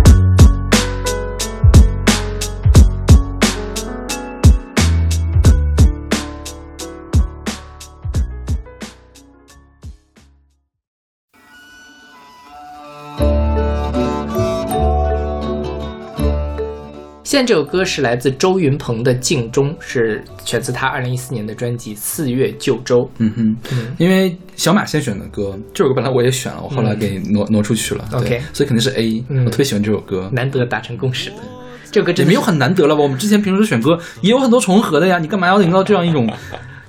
A: 现在这首歌是来自周云鹏的《镜中》，是选自他二零一四年的专辑《四月旧州》。
B: 嗯哼，因为小马先选的歌，这首歌本来我也选了，我后来给挪、挪出去了。对
A: OK
B: 所以肯定是 A、
A: 嗯
B: 我特别喜欢这首歌，
A: 难得达成共识的，这首歌
B: 也
A: 真的
B: 没有很难得了吧？我们之前平时选歌也有很多重合的呀，你干嘛要营造这样 一种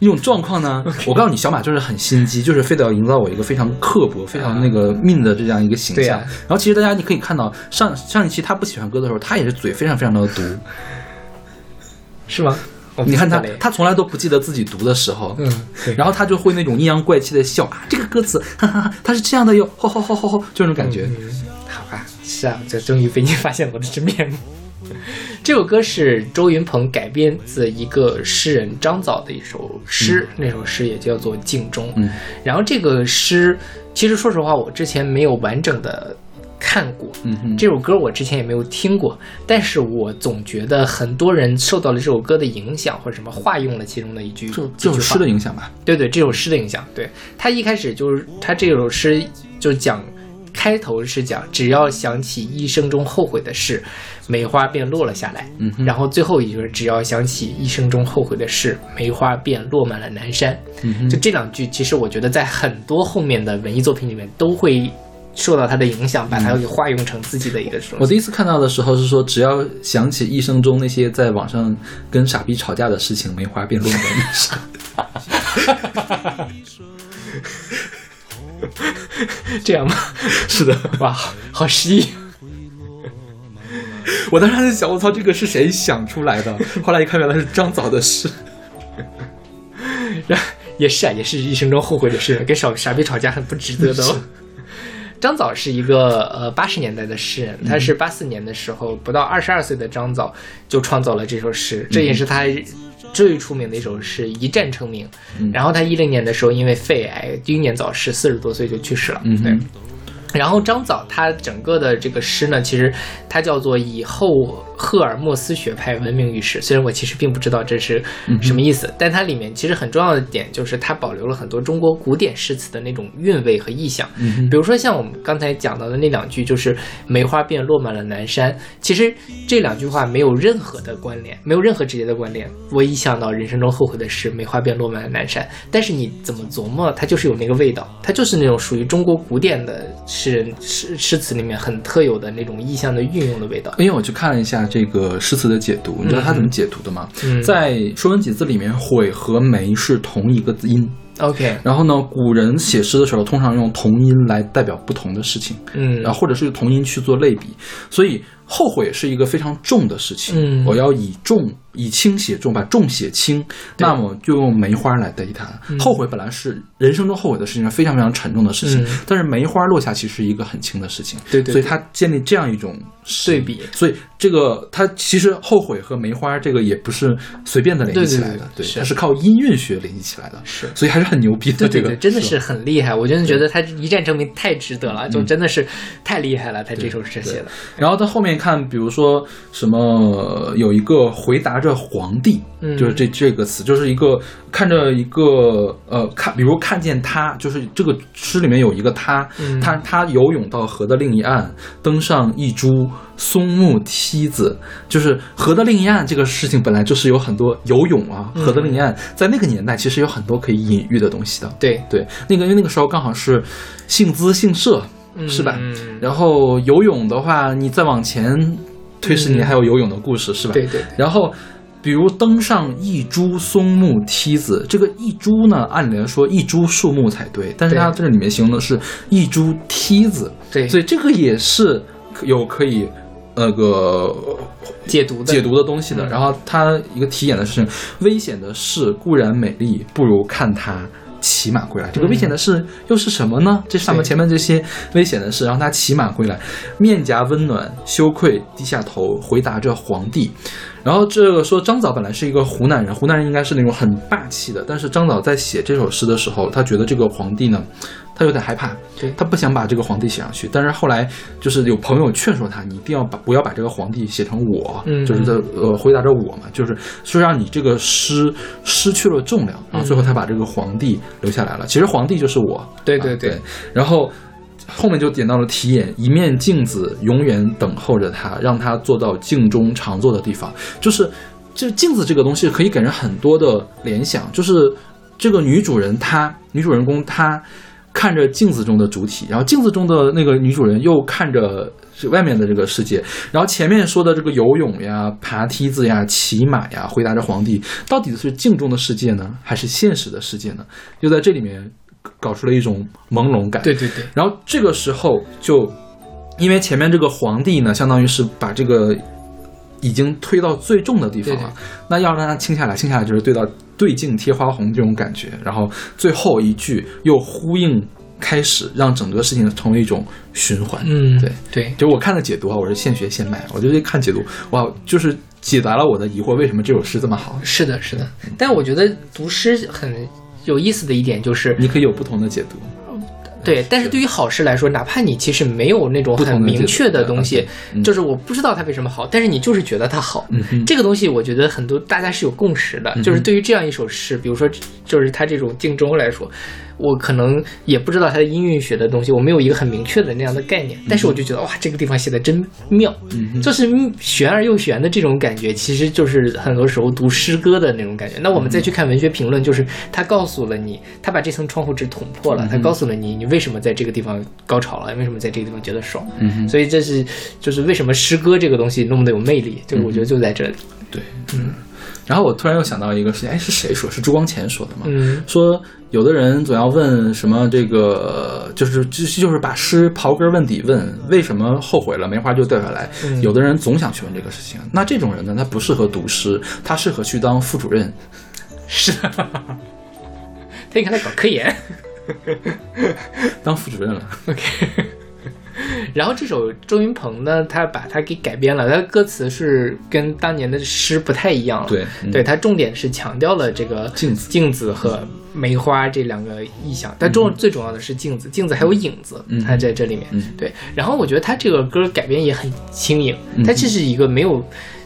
B: 一种状况呢？我告诉你，小马就是很心机，就是非得要营造我一个非常刻薄、非常那个命的这样一个形
A: 对啊
B: 象。
A: 呀
B: 然后其实大家你可以看到，上上一期他不喜欢歌的时候，他也是嘴非常非常的毒。
A: 是吗？我不
B: 你看他
A: 记得，嘞
B: 他从来都不记得自己读的时候，
A: 嗯对
B: 然后他就会那种阴阳怪气的笑啊，这个歌词，哈哈哈，他是这样的哟，吼吼吼吼吼，就那种感觉。
A: 好吧，是啊，这终于被你发现我的真面目。这首歌是周云鹏改编自一个诗人张藻的一首诗，那首诗也叫做《镜中》。
B: 嗯
A: 然后这个诗，其实说实话，我之前没有完整的看过。
B: 嗯哼
A: 这首歌我之前也没有听过，但是我总觉得很多人受到了这首歌的影响，或者什么化用了其中的一句，
B: 就
A: 这
B: 就是诗的影响吧。
A: 对对，这首诗的影响。对他一开始就是他这首诗就讲，开头是讲只要想起一生中后悔的事，梅花便落了下来。
B: 嗯哼
A: 然后最后一句是只要想起一生中后悔的事，梅花便落满了南山。
B: 嗯哼
A: 就这两句，其实我觉得在很多后面的文艺作品里面都会受到它的影响，把它给化用成自己的一个东西。
B: 嗯我第一次看到的时候是说，只要想起一生中那些在网上跟傻逼吵架的事情，梅花便落的那啥。
A: 这样吗？
B: 是的，
A: 哇，好好诗意。
B: 我当时还在想，我操，这个是谁想出来的？后来一看，原来是张枣的诗。
A: 然后 也是啊，也是一生中后悔的事，跟傻傻逼吵架很不值得的、哦。 张枣是一个呃八十年代的诗人，他是八四年的时候不到二十二岁的张枣就创造了这首诗，这也是他最出名的一首诗，一战成名。然后他一零年的时候因为肺癌英年早逝，四十多岁就去世了。
B: 嗯
A: 对。然后张枣他整个的这个诗呢，其实它叫做以后赫尔墨斯学派闻名于世。虽然我其实并不知道这是什么意思，但它里面其实很重要的点就是它保留了很多中国古典诗词的那种韵味和意象。比如说像我们刚才讲到的那两句，就是“梅花便落满了南山”，其实这两句话没有任何的关联，没有任何直接的关联。我一想到人生中后悔的事，梅花便落满了南山，但是你怎么琢磨，它就是有那个味道，它就是那种属于中国古典的诗人诗诗词里面很特有的那种意象的运用的味道。
B: 因为我去看了一下这个诗词的解读，你知道他怎么解读的吗？
A: 嗯
B: 在《说文解字》里面，“悔”和“梅”是同一个字音。
A: OK，
B: 然后呢，古人写诗的时候通常用同音来代表不同的事情，
A: 嗯
B: 然后啊或者是同音去做类比，所以后悔是一个非常重的事情。
A: 嗯
B: 我要以重以轻写重，把重写轻，那么就用梅花来代替它。
A: 嗯
B: 后悔本来是人生中后悔的事情，非常非常沉重的事情，
A: 嗯
B: 但是梅花落下其实是一个很轻的事情。
A: 对对
B: 所以
A: 对
B: 它建立这样一种诗
A: 对比
B: 所以这个它其实后悔和梅花这个也不是随便的联
A: 对
B: 系起
A: 对
B: 来的，
A: 对是
B: 它是靠音韵学联系起来的，
A: 是
B: 所以还是很牛逼的
A: 对
B: 这
A: 对
B: 个，
A: 对，真的
B: 吧
A: 是很厉害，我真的觉得他一战成名太值得了，就
B: 嗯
A: 真的是太厉害了，他这首诗写的。
B: 然后到后面看，比如说什么有一个回答着皇帝，
A: 嗯
B: 就是这这个词，就是一个看着一个呃看，比如看见他，就是这个诗里面有一个他，
A: 嗯
B: 他他游泳到河的另一岸，登上一株松木梯子，就是河的另一岸这个事情本来就是有很多游泳啊，
A: 嗯
B: 河的另一岸在那个年代其实有很多可以隐喻的东西的，
A: 对，
B: 对，那个因为那个时候刚好是姓资姓社，是吧？
A: 嗯
B: 然后游泳的话，你再往前推十年，还有游泳的故事，是吧？
A: 嗯对对对
B: 然后。比如登上一株松木梯子，这个一株呢，按理来说一株树木才对，但是
A: 对
B: 它这里面形容的是一株梯子，
A: 对
B: 所以这个也是有可以那个
A: 解读的嗯
B: 解读的东西的。然后他一个题眼的事情，危险的事固然美丽，不如看他骑马归来。这个危险的事又是什么
A: 嗯
B: 呢？这上面
A: 对
B: 前面这些危险的事，让他骑马归来，面颊温暖，羞愧低下头，回答着皇帝。然后这个说张枣本来是一个湖南人，湖南人应该是那种很霸气的，但是张枣在写这首诗的时候，他觉得这个皇帝呢，他有点害怕，
A: 对
B: 他不想把这个皇帝写上去。但是后来就是有朋友劝说他，你一定要把不要把这个皇帝写成我，
A: 嗯
B: 就是在呃回答着我嘛，就是说让你这个诗失去了重量，然后最后他把这个皇帝留下来了。其实皇帝就是我，
A: 对
B: 啊
A: 对对
B: 对。然后后面就点到了题眼，一面镜子永远等候着他，让他坐到镜中常坐的地方。就是这镜子这个东西可以给人很多的联想，就是这个女主人她，女主人公她看着镜子中的主体，然后镜子中的那个女主人又看着。外面的这个世界，然后前面说的这个游泳呀、爬梯子呀、骑马呀，回答着皇帝，到底是镜中的世界呢，还是现实的世界呢？就在这里面搞出了一种朦胧感。
A: 对对对，
B: 然后这个时候就，因为前面这个皇帝呢，相当于是把这个已经推到最重的地方了，
A: 对对
B: 那要让它轻下来，轻下来就是对到对镜贴花红这种感觉。然后最后一句又呼应开始，让整个事情成为一种循环。
A: 嗯
B: 对。
A: 对，
B: 就我看的解读啊，我是现学现卖，我就是看解读，哇，就是解答了我的疑惑，为什么这首诗这么好？
A: 是的，是的。但我觉得读诗很有意思的一点就是，
B: 你可以有不同的解读。
A: 对，但是对于好诗来说，哪怕你其实没有那种
B: 不同
A: 很
B: 的解
A: 明
B: 读
A: 确的东西，
B: 嗯
A: 就是我不知道它为什么好，但是你就是觉得它好。
B: 哼嗯
A: 这个东西我觉得很多大家是有共识的，就是对于这样一首诗，比如说就是它这种镜中来说。我可能也不知道它的音韵学的东西，我没有一个很明确的那样的概念，但
B: 嗯
A: 是我就觉得哇，这个地方写的真妙，就是嗯玄而又玄的这种感觉，其实就是很多时候读诗歌的那种感觉。
B: 嗯嗯
A: 那我们再去看文学评论，就是它告诉了你，它把这层窗户纸捅破了，它告诉了你你为。为什么在这个地方高潮了，为什么在这个地方觉得爽。
B: 嗯哼，
A: 所以这是就是为什么诗歌这个东西那么的有魅力，就是我觉得就在这里。
B: 对，嗯。然后我突然又想到一个事情，哎，是谁说？是朱光潜说的吗？
A: 嗯
B: 说有的人总要问什么这个，就是就就是把诗刨根问底问为什么后悔了梅花就掉下来。
A: 嗯
B: 有的人总想去问这个事情，那这种人呢，他不适合读诗，他适合去当副主任。
A: 是的，他应该来搞科研。
B: 当副主任了。
A: 然后这首周云鹏呢，他把它给改编了，他的歌词是跟当年的诗不太一样了。
B: 对嗯
A: 对，他重点是强调了这个
B: 镜子
A: 镜子和梅花这两个意象，但重、最重要的是镜子，镜子还有影子，
B: 嗯
A: 它在这里面。
B: 嗯
A: 对，然后我觉得他这个歌改编也很轻盈
B: 嗯，
A: 它这是一个没有。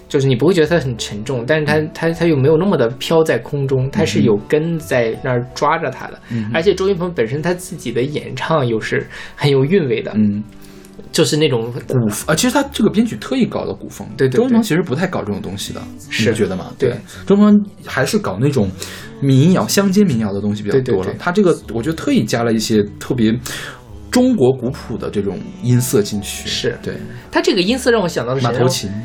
A: 就是你不会觉得它很沉重，但是它
B: 嗯
A: 它它又没有那么的飘在空中，它是有根在那儿抓着它的，
B: 嗯
A: 而且周云鹏本身他自己的演唱又是很有韵味的，
B: 嗯，
A: 就是那种
B: 古啊，其实他这个编曲特意搞的古风，
A: 对对对
B: 周云鹏其实不太搞这种东西的，
A: 是
B: 你觉得吗？
A: 对，
B: 周云鹏还是搞那种民谣、乡间民谣的东西比较
A: 对对
B: 多了。
A: 对
B: 他这个我觉得特意加了一些特别中国古朴的这种音色进去，
A: 是
B: 对，
A: 他这个音色让我想到了谁
B: 马头琴
A: 让我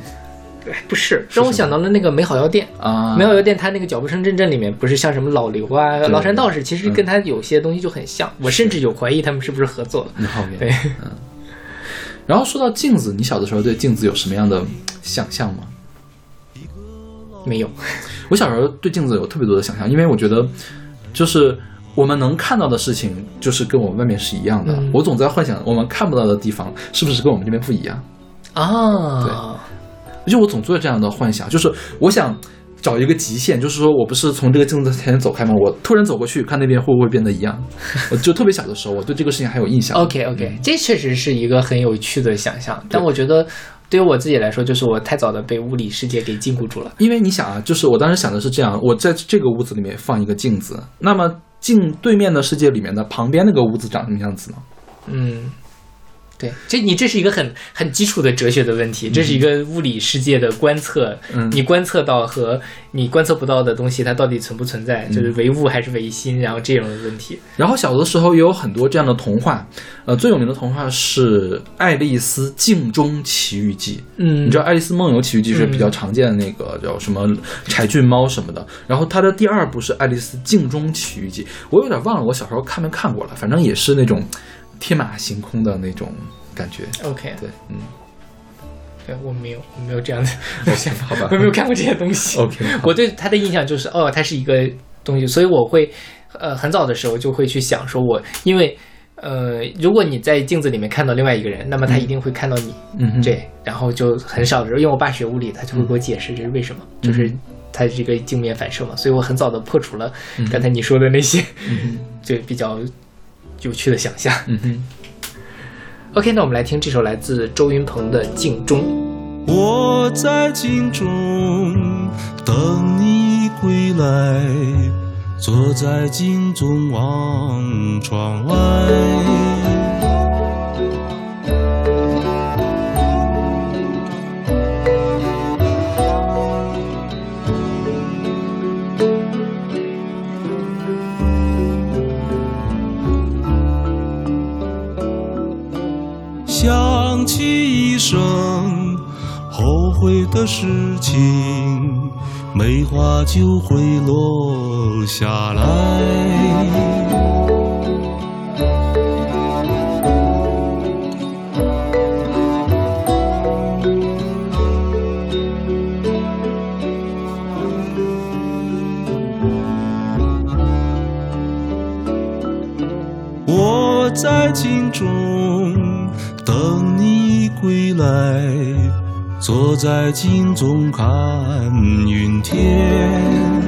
A: 不是，让我想到了那个美好药店。
B: 啊，
A: 美好药店，它那个脚步声阵阵里面不是像什么老刘啊、
B: 对
A: 崂山道士，其实
B: 嗯
A: 跟他有些东西就很像。我甚至有怀疑他们是不是合作的。
B: 你好，嗯
A: 对，
B: 然后说到镜子，你小的时候对镜子有什么样的想象吗？嗯
A: 没有，
B: 我小时候对镜子有特别多的想象，因为我觉得，就是我们能看到的事情，就是跟我们外面是一样的。
A: 嗯
B: 我总在幻想我们看不到的地方，是不是跟我们这边不一样？
A: 啊，
B: 就我总做这样的幻想，就是我想找一个极限，就是说我不是从这个镜子前走开吗？我突然走过去看那边会不会变得一样？我就特别小的时候，我对这个事情还有印象。嗯
A: OK OK，这确实是一个很有趣的想象，但我觉得对于我自己来说，就是我太早的被物理世界给禁锢住了。
B: 因为你想啊，就是我当时想的是这样，我在这个屋子里面放一个镜子，那么镜对面的世界里面的旁边那个屋子长什么样子呢？
A: 嗯，对，这你这是一个很很基础的哲学的问题，这是一个物理世界的观测，
B: 嗯
A: 你观测到和你观测不到的东西，它到底存不存在，
B: 嗯
A: 就是唯物还是唯心，然后这种问题。
B: 然后小的时候也有很多这样的童话，呃，最有名的童话是《爱丽丝镜中奇遇记》。
A: 嗯
B: 你知道《爱丽丝梦游奇遇记》是比较常见的那个叫什么柴郡猫什么的，然后它的第二部是《爱丽丝镜中奇遇记》，我有点忘了我小时候看没看过了，反正也是那种天马行空的那种感觉。
A: OK，
B: 对，嗯
A: 对我没有，我没有这样的 想法，
B: 好吧
A: 我没有看过这些东西。
B: ，OK，好
A: 我对他的印象就是，哦，他是一个东西，所以我会，呃，很早的时候就会去想，说我因为，呃，如果你在镜子里面看到另外一个人，那么他一定会看到你，
B: 嗯哼
A: 对，然后就很少的时候，因为我爸学物理，他就会给我解释这是为什么，就
B: 嗯
A: 是他这个镜面反射嘛，所以我很早的破除了
B: 嗯
A: 刚才你说的那些， 对比较有趣的想象。
B: 嗯哼，
A: OK，那我们来听这首来自周云鹏的《镜中》。
G: 我在镜中等你归来，坐在镜中望窗外。想起一生后悔的事情，梅花就会落下来。我在镜中等你归来，坐在镜中看云天。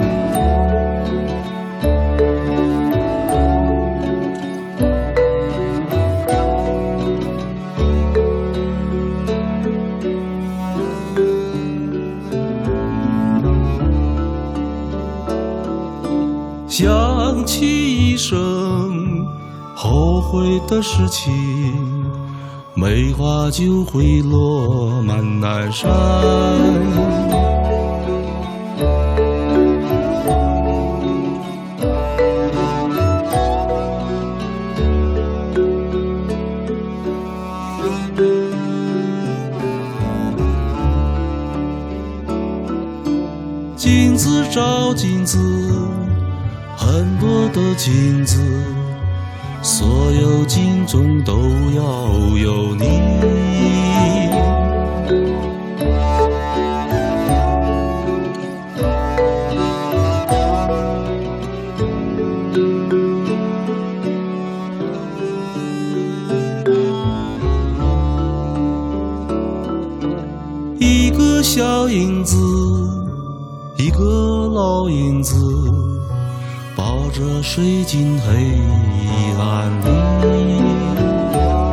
G: 想起一生后悔的事情，梅花就会落满南山。
A: OK，
G: 子，很多的镜子，所有镜中都要有你。一个小影子，一个老影子，抱着睡进黑暗里。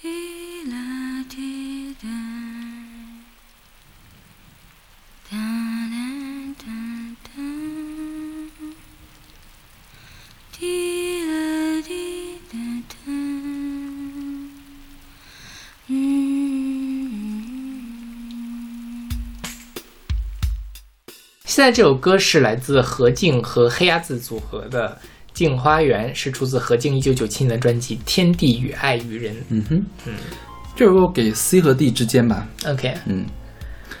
D: 滴啦滴答，哒啦哒哒，滴啦滴答答，Mm. 嗯。
A: 现在这首歌是来自何静和黑鸭子组合的《镜花缘》，是出自何静一九九七年的专辑《天地与爱与人
B: 嗯哼，这首歌我给 C 和 D 之间吧，》。
A: OK，
B: 嗯，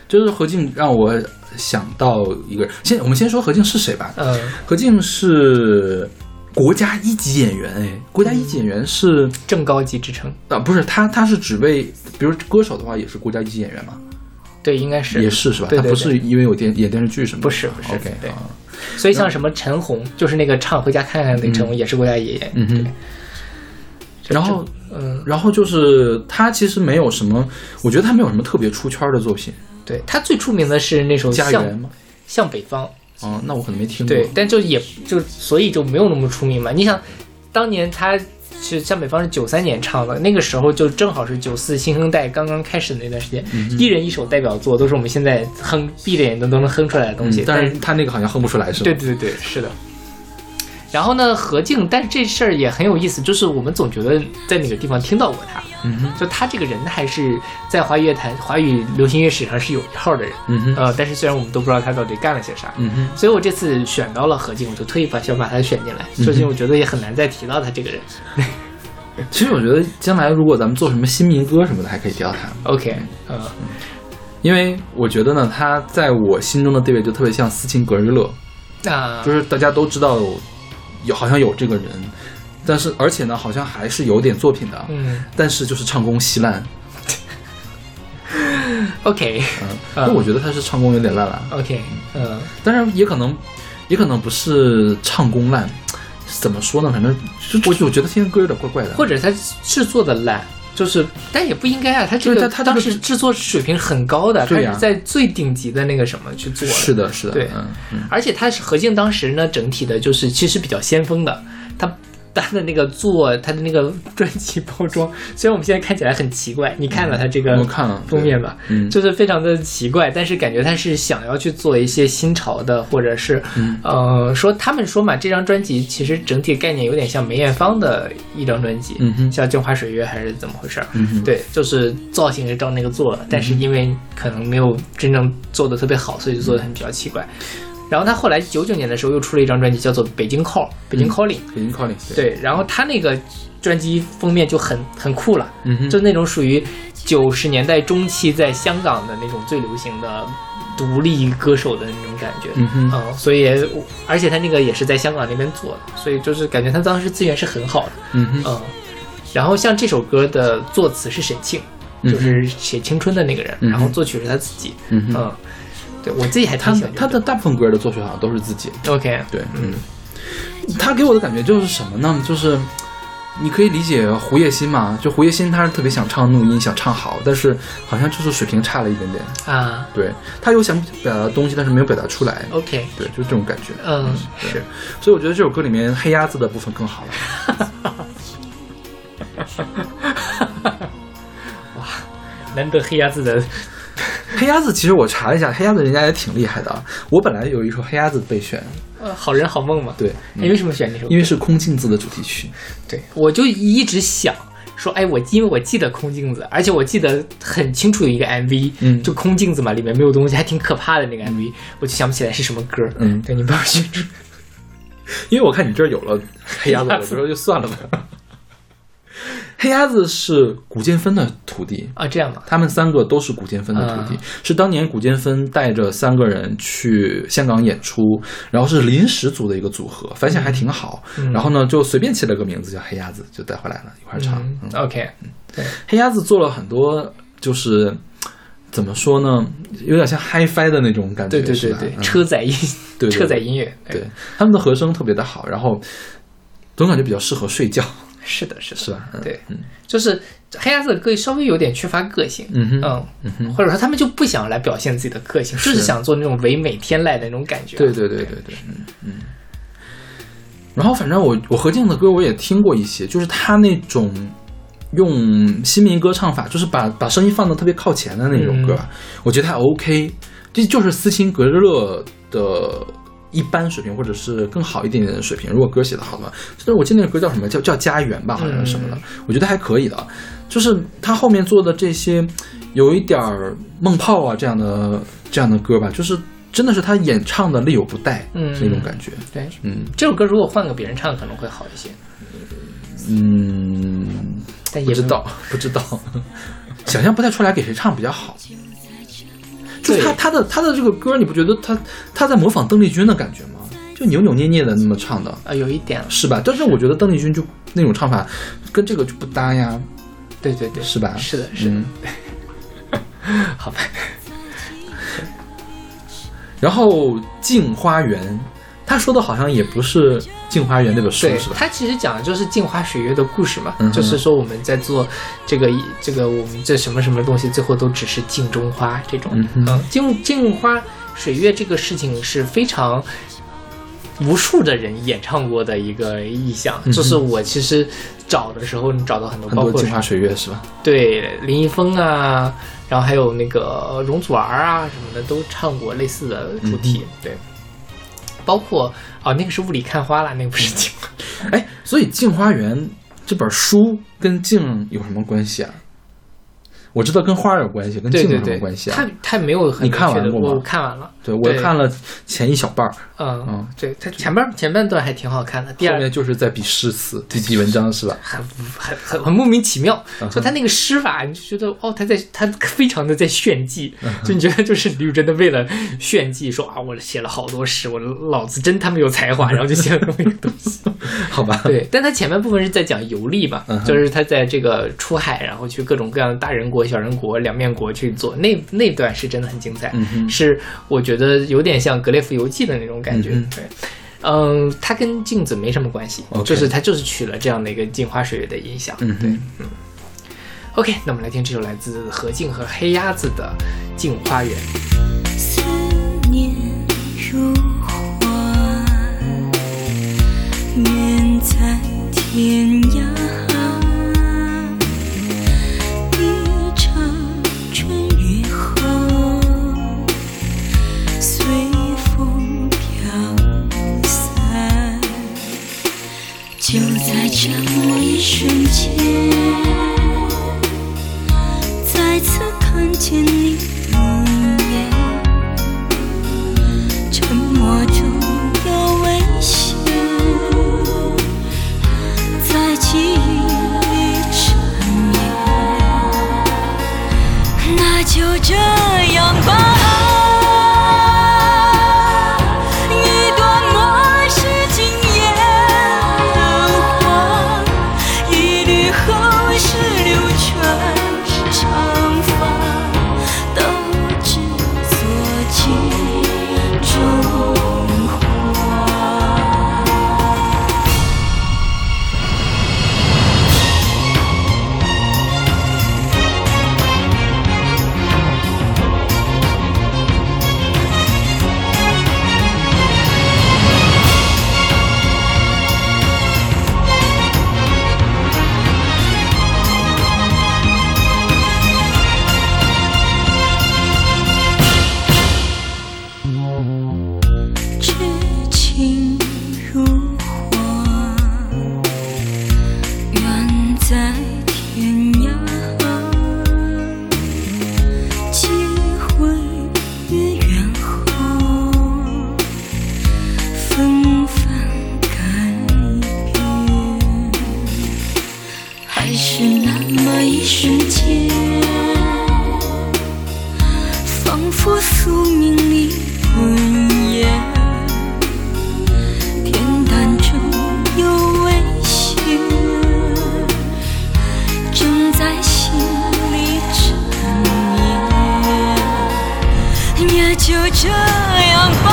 B: 就是何静让我想到一个人。先我们先说何静是谁吧。
A: 嗯、
B: 何静是国家一级演员，哎，国家一级演员是
A: 正高级之称，
B: 啊，不是他，他是只为，比如歌手的话也是国家一级演员嘛，
A: 对，应该是
B: 也是是吧？
A: 对对
B: 他不是因为有电演电视剧什么的，
A: 不是不是
B: OK，
A: 对
B: 啊
A: 所以像什么陈红，就是那个唱《回家看看》的陈红，也是国家爷爷。
B: 嗯哼
A: 对，
B: 然后
A: 嗯，
B: 然后就是他其实没有什么，我觉得他没有什么特别出圈的作品，
A: 对他最出名的是那首
B: 《
A: 《
B: 家
A: 向
B: 园》吗？
A: 向北方》，
B: 哦，那我可能没听过。
A: 对，但就也就所以就没有那么出名嘛。你想，当年他是向北方是九三年唱的，那个时候就正好是九四新生代刚刚开始的那段时间，一人一首代表作都是我们现在哼闭着眼睛都能哼出来的东西。
B: 嗯，但是他那个好像哼不出来，是吧？
A: 对对对，是的。然后呢，何静，但是这事儿也很有意思，就是我们总觉得在哪个地方听到过他，
B: 嗯哼，
A: 就他这个人还是在华语乐坛、华语流行乐史上是有一号的人，
B: 嗯哼，
A: 呃，但是虽然我们都不知道他到底干了些啥，
B: 嗯哼，
A: 所以我这次选到了何静，我就特意把想把他选进来，
B: 嗯
A: 最近我觉得也很难再提到他这个人，
B: 其实我觉得将来如果咱们做什么新民歌什么的，还可以调他，
A: OK，嗯、
B: 因为我觉得呢，他在我心中的地位就特别像斯琴格日乐，
A: 那
B: 就是大家都知道有好像有这个人，但是而且呢，好像还是有点作品的，
A: 嗯
B: 但是就是唱功稀烂。
A: ，OK
B: 嗯，
A: 嗯
B: 那我觉得他是唱功有点烂了，
A: OK，嗯、
B: 当然也可能，也可能不是唱功烂，怎么说呢？反正就我我觉得听歌有点怪怪的，
A: 或者他制作的烂，就是但也不应该啊，他这个
B: 对他他这
A: 当
B: 个
A: 时
B: 制
A: 制作水平很高的，他
B: 对呀
A: 是在最顶级的那个什么去做的，
B: 是的，是的，
A: 对
B: 嗯嗯，
A: 而且他是何静当时呢，整体的就是其实比较先锋的，他。他的那个做他的那个专辑包装，虽然我们现在看起来很奇怪，你看了他这个
B: 嗯我看了
A: 封面吧，
B: 对嗯
A: 就是非常的奇怪，但是感觉他是想要去做一些新潮的，或者是，
B: 嗯
A: 呃，说他们说嘛，这张专辑其实整体概念有点像梅艳芳的一张专辑，
B: 嗯哼
A: 像《镜花水月》还是怎么回事儿？
B: 嗯哼
A: 对，就是造型是照那个做了，但是因为可能没有真正做的特别好，所以就做的很比较奇怪。然后他后来九九年的时候又出了一张专辑，叫做《北京 Call》，北
B: 嗯
A: 京 Calling。
B: 北京 calling，
A: 对，然后他那个专辑封面就很很酷了，
B: 嗯哼
A: 就那种属于九十年代中期在香港的那种最流行的独立歌手的那种感觉。
B: 嗯哼
A: 嗯所以也而且他那个也是在香港那边做的，所以就是感觉他当时资源是很好的。
B: 嗯哼，
A: 嗯，然后像这首歌的作词是沈庆，
B: 嗯
A: 就是写青春的那个人，
B: 嗯哼
A: 然后作曲是他自己。
B: 嗯哼
A: 嗯，对我自己还挺
B: 他
A: 喜欢
B: 他
A: 这
B: 的大部分歌的作曲好像都是自己，
A: 个 OK，
B: 对，嗯，他给我的感觉就是什么呢？就是你可以理解胡叶欣嘛，就胡叶欣他是特别想唱怒音，想唱好，但是好像就是水平差了一点点，
A: 啊
B: 对他有想表达的东西，但是没有表达出来，
A: ，OK，
B: 对，就这种感觉，
A: 嗯，
B: 对
A: 是。
B: 所以我觉得这首歌里面黑鸭子的部分更好了。
A: 难得黑鸭子的
B: 黑鸭子其实我查了一下，黑鸭子人家也挺厉害的啊。我本来有一首黑鸭子备选，
A: 呃好人好梦嘛。
B: 对，
A: 你为什么选这首歌？
B: 因为是空镜子的主题曲。
A: 对，我就一直想说，哎，我因为我记得空镜子，而且我记得很清楚有一个 MV，
B: 嗯
A: 就空镜子嘛，里面没有东西，还挺可怕的那个 MV，我就想不起来是什么歌。
B: 嗯
A: 对你帮我选出。
B: 因为我看你这儿有 了黑鸭子，我说就算了吧。黑鸭子是古建芬的徒弟，
A: 啊，这样吧，
B: 他们三个都是古建芬的徒弟，
A: 啊
B: 是当年古建芬带着三个人去香港演出，然后是临时组的一个组合，反响还挺好。
A: 嗯
B: 然后呢，就随便起了个名字叫黑鸭子，就带回来了一块儿唱。
A: 嗯
B: 嗯
A: OK，
B: 黑鸭子做了很多，就是怎么说呢，有点像 HiFi 的那种感觉，
A: 对对
B: 是
A: 对
B: 吧
A: 对，
B: 嗯
A: 车载音，
B: 对对对
A: 车载音乐，哎
B: 对，他们的和声特别的好，然后总感觉比较适合睡觉，
A: 是的，是的，
B: 是吧？嗯
A: 对
B: 嗯，
A: 就是黑鸭子的歌稍微有点缺乏个性，
B: 嗯哼
A: 嗯
B: 嗯哼
A: 或者说他们就不想来表现自己的个性，就是
B: 是
A: 想做那种唯美天籁的那种感觉，
B: 对对对对对，嗯嗯。然后反正我我何静的歌我也听过一些，就是她那种用新民歌唱法，就是把把声音放到特别靠前的那种歌，
A: 嗯
B: 我觉得还 OK，这就是斯琴格日乐的。一般水平，或者是更好一点点的水平。如果歌写得好的话，就是我记得那个歌叫什么，叫叫《家园》吧，好像是什
A: 嗯
B: 么的，我觉得还可以的。就是他后面做的这些，有一点儿梦泡啊这样的这样的歌吧，就是真的是他演唱的力有不逮，
A: 嗯
B: 那种感觉。
A: 对，
B: 嗯
A: 这首歌如果换个别人唱可能会好一些，
B: 嗯，
A: 但也
B: 不知
A: 没有
B: 道不知道， 想象不太出来给谁唱比较好。就是他
A: 对
B: 他的他的这个歌，你不觉得他他在模仿邓丽君的感觉吗？就扭扭捏捏的那么唱的，
A: 啊，有一点了，
B: 是吧？但是我觉得邓丽君就那种唱法跟这个就不搭呀，
A: 对对对，
B: 是吧？
A: 是的，是的，
B: 嗯。
A: 好吧，
B: 然后《镜花缘》，他说的好像也不是《镜花缘》那本书
A: 对
B: 是，吧？
A: 它其实讲的就是镜花水月的故事嘛，
B: 嗯哼
A: 就是说我们在做这个这个我们这什么什么东西，最后都只是镜中花这种，
B: 嗯哼
A: 嗯，镜镜花水月这个事情是非常。无数的人演唱过的一个意象，就是我其实找的时候，你找到很多，
B: 嗯很
A: 包
B: 多《
A: 括
B: 镜花水月》是吧？
A: 对林一峰啊，然后还有那个容祖儿啊什么的都唱过类似的主题，
B: 嗯
A: 对，包括哦那个是雾里看花啦，那个不是 镜花，
B: 哎，所以《镜花缘》这本书跟镜有什么关系啊？我知道跟花儿有关系，跟
A: 对
B: 静有
A: 对
B: 什么
A: 对，
B: 关系啊？
A: 他他没有很
B: 你看
A: 明确
B: 完
A: 的
B: 过吗
A: 我看完了，
B: 对我看了前一小半儿，
A: 嗯，
B: 嗯
A: 对他前半前半段还挺好看的，第
B: 后
A: 二
B: 面就是在比诗词、比比文章是吧？
A: 很很很很莫名其妙，
B: 嗯
A: 就他那个诗法，你就觉得哦，他在他非常的在炫技，
B: 嗯
A: 就你觉得就是李宇真的为了炫技说啊，我写了好多诗，我老子真他妈有才 华，然后就写了那么一个东西。
B: 好 吧，
A: 对，但他前半部分是在讲游历嘛，
B: 嗯
A: 就是他在这个出海，然后去各种各样的大人国、小人国、两面国去做，那那段是真的很精彩，
B: 嗯
A: 是我觉得有点像《格列佛游记》的那种感觉。
B: 嗯
A: 对，嗯，它跟镜子没什么关系
B: OK
A: 就是它就是取了这样的一个镜花水月的影响。
B: 嗯，对，
A: OK，那我们来听这首来自何静和黑鸭子的《镜花缘》。
D: 思念如花，远在天涯。一场春雨后，随风飘散。就在这么一瞬间，再次看见你容颜。沉默中有微笑，在记忆里缠绵。那就这样吧，一段往事惊艳了花，一缕后世流传长发，都只做镜中花。痴情如花，远在天涯。几回月圆后，纷纷改变，还是那么一瞬间。仿佛宿命里吻眼，恬淡中有危险，正在心里缠绵，也就这样吧。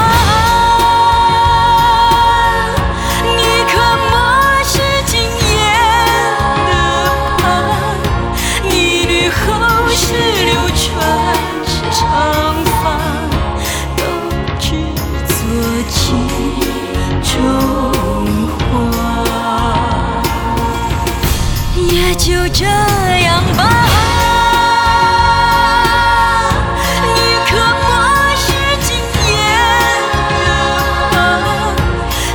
D: 一颗末世惊艳的盼。一缕后世流传长发，都只做镜中花。也就这样吧。一颗末世惊艳了吧，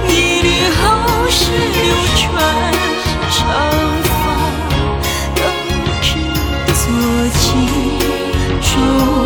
D: 一缕后世流传长发，都只做镜中花。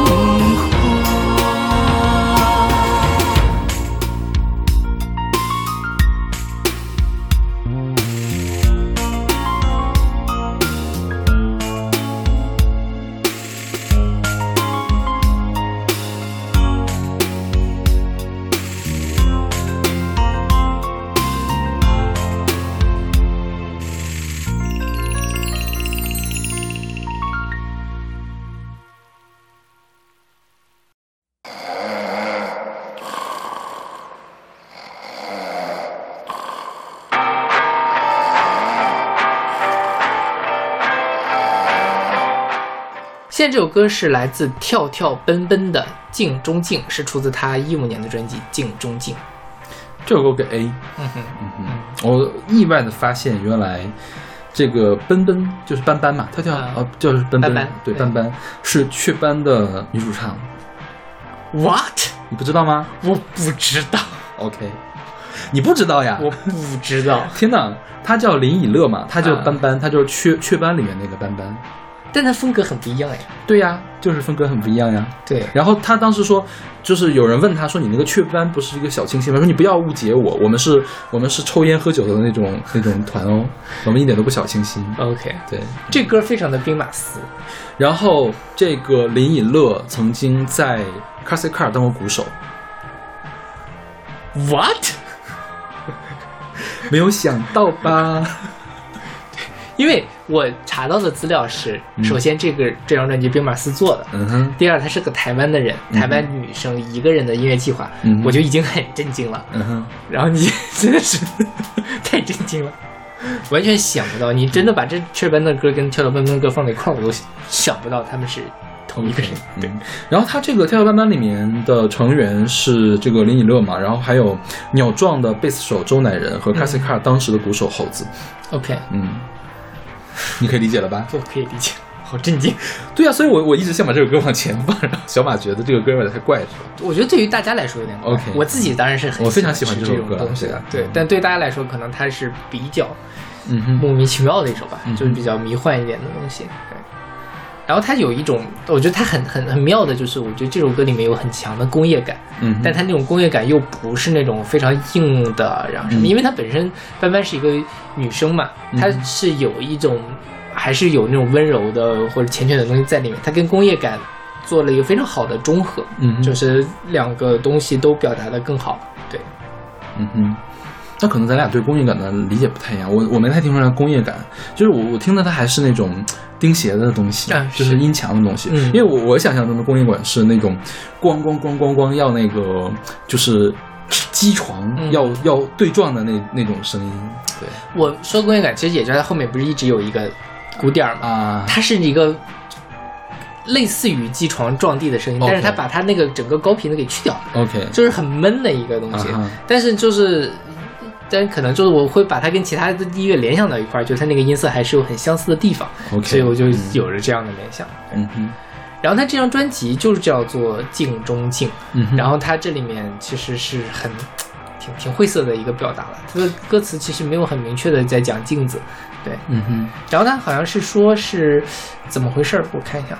A: 现在这首歌是来自跳跳奔奔的《镜中镜》，是出自他一五年的专辑《镜中镜》。
B: 这首歌我给 A。
A: 嗯哼。
B: 我意外的发现，原来这个奔奔就是斑斑嘛，跳跳
A: 啊
B: 呃就是奔
A: 斑
B: 奔
A: 斑，
B: 对
A: 对
B: 斑斑是雀斑的女主唱，
A: What？
B: 你不知道吗
A: 我不知道，
B: ？OK，你不知道呀？
A: 我不知道。
B: 天哪，她叫林以乐嘛，她就是
A: 啊
B: 斑斑，她就是雀雀斑里面那个斑斑。
A: 但他风格很不一样哎。
B: 对呀、就是风格很不一样呀。
A: 对，
B: 然后他当时说，就是有人问他说：“你那个雀斑不是一个小清新吗？”说：“你不要误解我，我们是，我们是抽烟喝酒的那种那种团哦，我们一点都不小清新。
A: OK，”
B: 对，
A: 这歌非常的兵马司，
B: 然后这个林以乐曾经在 c a s i Car 当过鼓手，
A: What？
B: 没有想到吧？
A: 因为我查到的资料是，首先这个这张专辑兵马司做的，
B: 嗯哼，
A: 第二他是个台湾的人，台湾女生一个人的音乐计划，
B: 嗯
A: 我就已经很震惊了。
B: 嗯哼，
A: 然后你真的是 太震惊了，完全想不到，你真的把这雀斑的歌跟跳跳班班的歌放在一块儿，我都想不到他们是同
B: 嗯
A: 一个人。
B: 对。然后他这个跳跳班班里面的成员是这个林以乐嘛，然后还有鸟壮的贝斯手周乃仁和 c a s i Car 当时的鼓手猴子，
A: OK，
B: 嗯，你可以理解了吧？
A: 我可以理解， 好震惊。
B: 对啊，所以我我一直想把这首歌往前放，然后小马觉得这个歌有点太怪了。
A: 我觉得对于大家来说有点怪
B: OK
A: 我自己当然是很
B: 我非常喜欢
A: 这
B: 这首
A: 种
B: 歌
A: 东西的
B: 对，
A: 对，但对大家来说可能它是比较
B: 嗯哼，
A: 莫名其妙的一首吧，
B: 嗯
A: 就是比较迷幻一点的东西。对，然后它有一种，我觉得它很很很妙的，就是我觉得这首歌里面有很强的工业感，
B: 嗯哼，
A: 但它那种工业感又不是那种非常硬的，然后什么，
B: 嗯
A: 因为它本身班班是一个女生嘛，她是有一种还是有那种温柔的或者缱绻的东西在里面，它跟工业感做了一个非常好的中和，
B: 嗯哼
A: 就是两个东西都表达的更好，对，
B: 嗯哼，那可能咱俩对工业感的理解不太一样。我我没太听出来工业感，就是我我听的它还是那种钉鞋的东西，
A: 啊
B: 就是是音墙的东西。
A: 嗯
B: 因为我我想象中的工业感是那种咣咣咣咣咣要那个就是机床、
A: 嗯
B: 要要对撞的那那种声音。对
A: 我说工业感其实也就是它后面不是一直有一个鼓点儿嘛，
B: 啊，
A: 它是一个类似于机床撞地的声音，但是
B: OK
A: 它把它那个整个高频的给去掉了。
B: OK，
A: 就是很闷的一个东西。
B: 啊哈
A: 但是就是，但可能就是我会把它跟其他的音乐联想到一块儿，就它那个音色还是有很相似的地方
B: OK，
A: 所以我就有了这样的联想。
B: 嗯哼，
A: 然后他这张专辑就是叫做《镜中镜》，
B: 嗯哼，
A: 然后他这里面其实是很。挺挺晦涩的一个表达了，这个歌词其实没有很明确的在讲镜子，对，
B: 嗯哼。
A: 然后他好像是说是怎么回事儿，我看一下，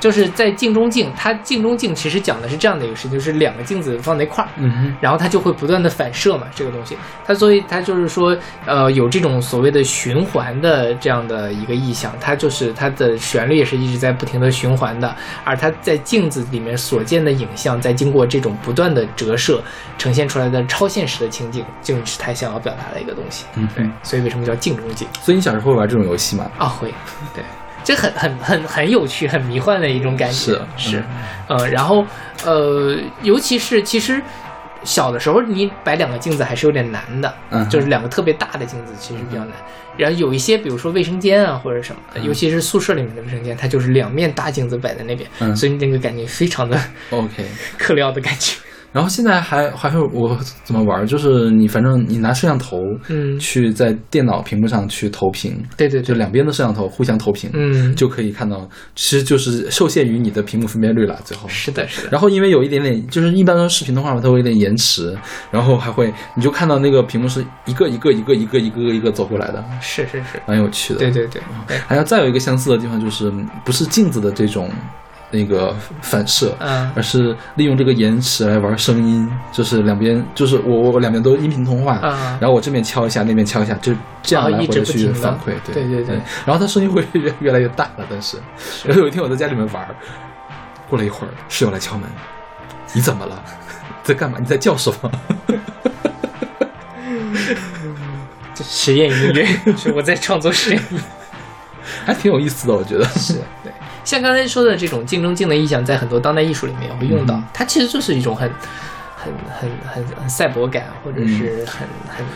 A: 就是在镜中镜，它镜中镜其实讲的是这样的一个事情，就是两个镜子放在一块儿，
B: 嗯哼，
A: 然后它就会不断的反射嘛，这个东西，它所以它就是说，呃，有这种所谓的循环的这样的一个意象，它就是它的旋律也是一直在不停的循环的，而它在镜子里面所见的影像，在经过这种不断的折射，呈现出来的超现实的情景，就是他想要表达的一个东西，
B: 嗯
A: 对
B: 哼，
A: 所以为什么叫镜中镜？
B: 所以你小时候会玩这种游戏吗？
A: 啊，会，对，这很很很很有趣、很迷幻的一种感觉，
B: 是
A: 是，呃，然后呃，尤其是其实小的时候，你摆两个镜子还是有点难的，
B: 嗯哼
A: 就是两个特别大的镜子其实比较难。然后有一些，比如说卫生间啊或者什么的，尤其是宿舍里面的卫生间，它就是两面大镜子摆在那边，
B: 嗯
A: 所以那个感觉非常的
B: OK，
A: 克里奥的感觉。
B: 然后现在还还会我怎么玩儿？就是你反正你拿摄像头，
A: 嗯
B: 去在电脑屏幕上去投屏，
A: 对对对
B: 就两边的摄像头互相投屏，
A: 嗯
B: 就可以看到，其实就是受限于你的屏幕分辨率了。最后
A: 是的，是的，
B: 然后因为有一点点，就是一般的视频的话嘛，它会有一点延迟，然后还会你就看到那个屏幕是一个一个一个一个一个一个走过来的，
A: 是是是，
B: 蛮有趣的。
A: 对对对对，
B: 还有再有一个相似的地方，就是嗯不是镜子的这种那个反射，
A: 嗯
B: 而是利用这个延迟来玩声音，就是两边就是我我我两边都音频通话，
A: 啊
B: 然后我这边敲一下，那边敲一下，就这样
A: 啊
B: 来
A: 一
B: 回
A: 直
B: 地
A: 不停
B: 去
A: 地
B: 反馈，对
A: 对对对
B: 然后它声音会越越来越大了，但是，然 后有一天我在家里面玩儿，过了一会儿室友来敲门，你怎么了？ 在干嘛？你在叫什么？
A: 这实验音乐，是我在创作实验音乐。
B: 还挺有意思的，我觉得。
A: 是对，像刚才说的这种竞争性的意象，在很多当代艺术里面也会用到，
B: 嗯
A: 它其实就是一种很、很、很、很、很赛博感，或者是很、很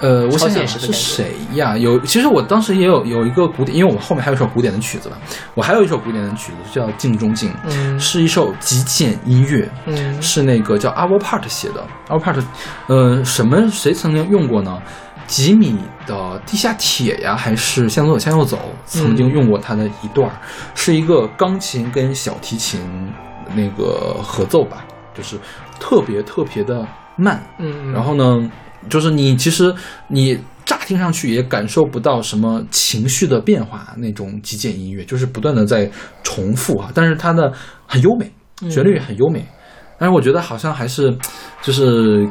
B: 呃，我
A: 超
B: 想
A: 现
B: 想
A: 实的
B: 是
A: 感觉
B: 谁呀？有，其实我当时也有有一个古典，因为我们后面还有一首古典的曲子吧，我还有一首古典的曲子叫《镜中镜》，
A: 嗯
B: 是一首极简音乐，
A: 嗯
B: 是那个叫 a v o Part 写的 a v o Part，呃，什么谁曾经用过呢？吉米的地下铁呀，还是向左走向右走，
A: 嗯
B: 曾经用过它的一段儿，是一个钢琴跟小提琴那个合奏吧，就是特别特别的慢，
A: 嗯，
B: 然后呢，就是你其实你乍听上去也感受不到什么情绪的变化，那种极简音乐就是不断的在重复啊，但是它的很优美，旋律也很优美，但是我觉得好像还是就是。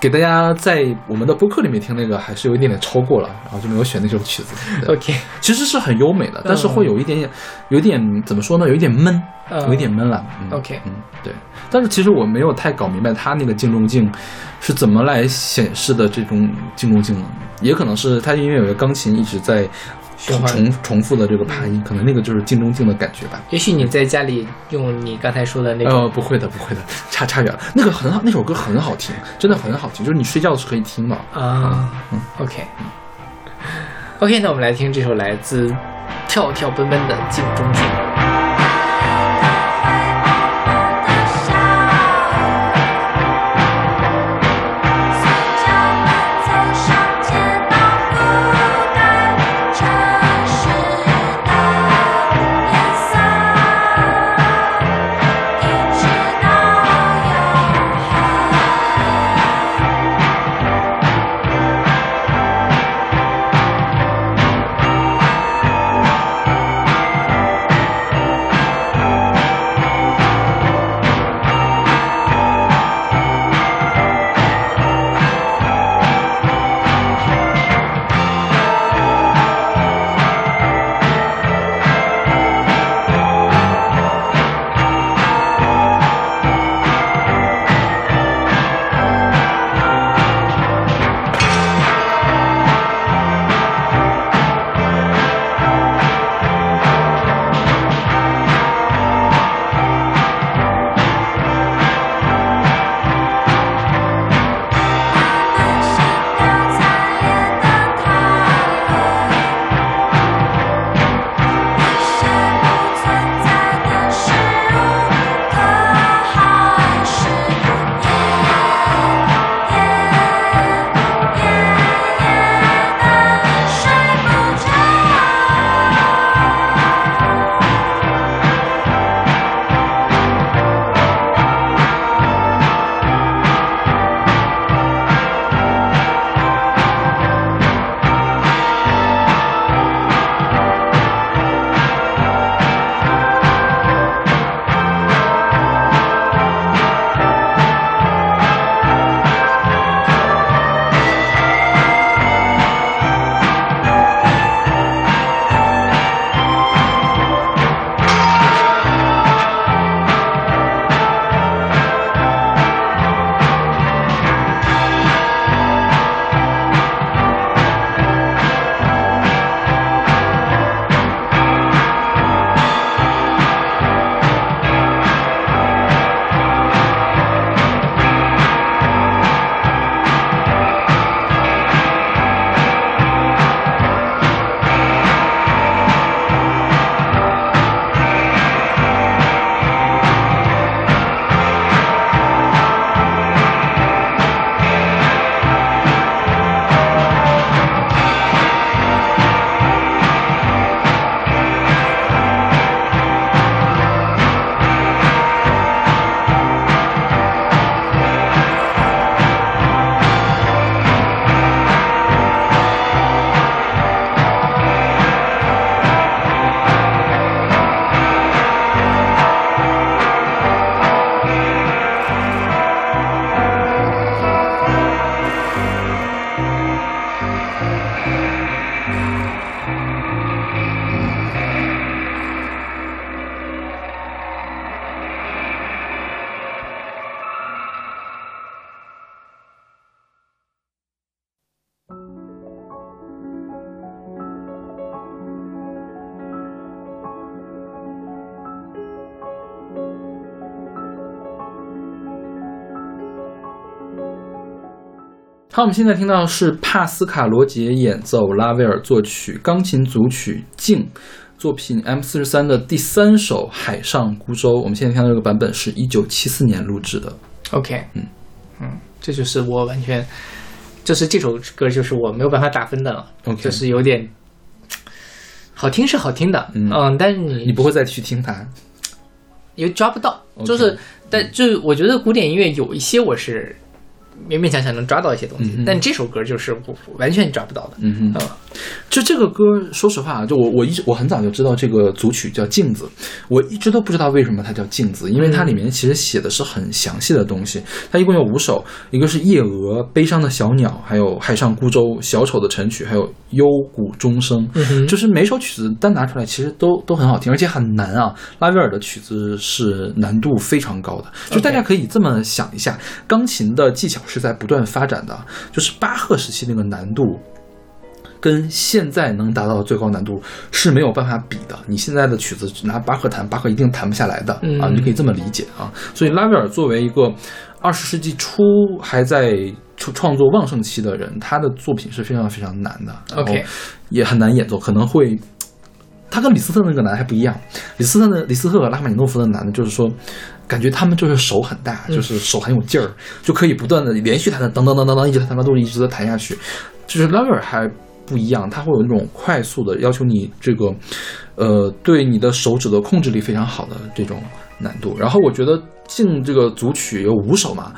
B: 给大家在我们的播客里面听那个还是有一点点超过了，然后就没有选那首曲子。
A: 嗯
B: 对
A: OK，
B: 其实是很优美的，但是会有一点点，有一点怎么说呢？有一点闷，
A: 嗯
B: 有一点闷了。嗯
A: OK
B: 嗯，对。但是其实我没有太搞明白它那个镜中镜是怎么来显示的这种镜中镜了，也可能是它因为有个钢琴一直在
A: 循
B: 重
A: 环
B: 重重复的这个
A: 嗯
B: 爬音，可能那个就是镜中镜的感觉吧。
A: 也许你在家里用你刚才说的那种，
B: 呃，不会的，不会的，差差远了。那个很好，那首歌很好听，真的很好听，就是你睡觉是可以听的。
A: 啊、o k OK，那我们来听这首来自跳跳奔奔的《镜中镜》。
B: 好，我们现在听到是帕斯卡罗杰演奏，拉威尔作曲，钢琴组曲《镜》作品 M 四十三的第三首《海上孤舟》。我们现在听到这个版本是一九七四年录制的。
A: OK，
B: 嗯
A: 嗯，这就是我完全，就是这首歌就是我没有办法打分的了
B: OK
A: 就是有点好听是好听的，
B: 嗯
A: 但是你
B: 你不会再去听它？
A: 也抓不到
B: OK 嗯
A: 就是但就是我觉得古典音乐有一些我是勉勉强强能抓到一些东西
B: 嗯，嗯
A: 但这首歌就是我完全抓不到的。
B: 嗯哼，就这个歌，说实话，就我我一直我很早就知道这个组曲叫《镜子》，我一直都不知道为什么它叫《镜子》，因为它里面其实写的是很详细的东西。它一共有五首，一个是《夜蛾》、《悲伤的小鸟》，还有《海上孤舟》、《小丑的晨曲》，还有《幽谷钟声》
A: 嗯哼
B: 就是每首曲子单拿出来，其实都都很好听，而且很难啊。拉威尔的曲子是难度非常高的，就大家可以这么想一下，钢琴的技巧是在不断发展的啊，就是巴赫时期那个难度跟现在能达到的最高难度是没有办法比的。你现在的曲子拿巴赫弹，巴赫一定弹不下来的、
A: 嗯
B: 啊，你可以这么理解啊。所以拉威尔作为一个二十世纪初还在创创作旺盛期的人，他的作品是非常非常难的然后
A: OK
B: 也很难演奏，可能会。他跟李斯特那个难还不一样，李斯特的李斯特和拉马尼诺夫的难呢，就是说，感觉他们就是手很大，就是手很有劲儿，就可以不断的连续弹的，噔噔噔噔噔，一直弹到肚子，一直地弹下去。就是拉威尔还不一样，他会有那种快速的要求你这个，呃，对你的手指的控制力非常好的这种难度。然后我觉得进这个组曲有五首嘛，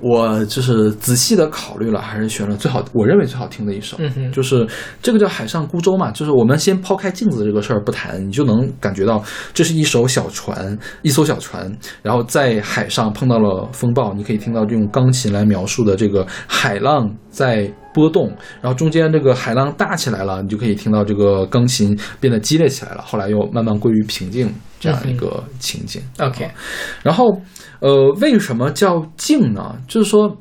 B: 我就是仔细的考虑了，还是选了最好，我认为最好听的一首。
A: 嗯哼
B: 就是这个叫《海上孤舟》嘛，就是我们先抛开镜子这个事儿不谈，你就能感觉到这是一艘小船，一艘小船，然后在海上碰到了风暴，你可以听到用钢琴来描述的这个海浪在波动，然后中间这个海浪大起来了，你就可以听到这个钢琴变得激烈起来了，后来又慢慢归于平静这样一个情景。
A: 嗯
B: 啊
A: OK，
B: 然后，呃，为什么叫静呢？就是说。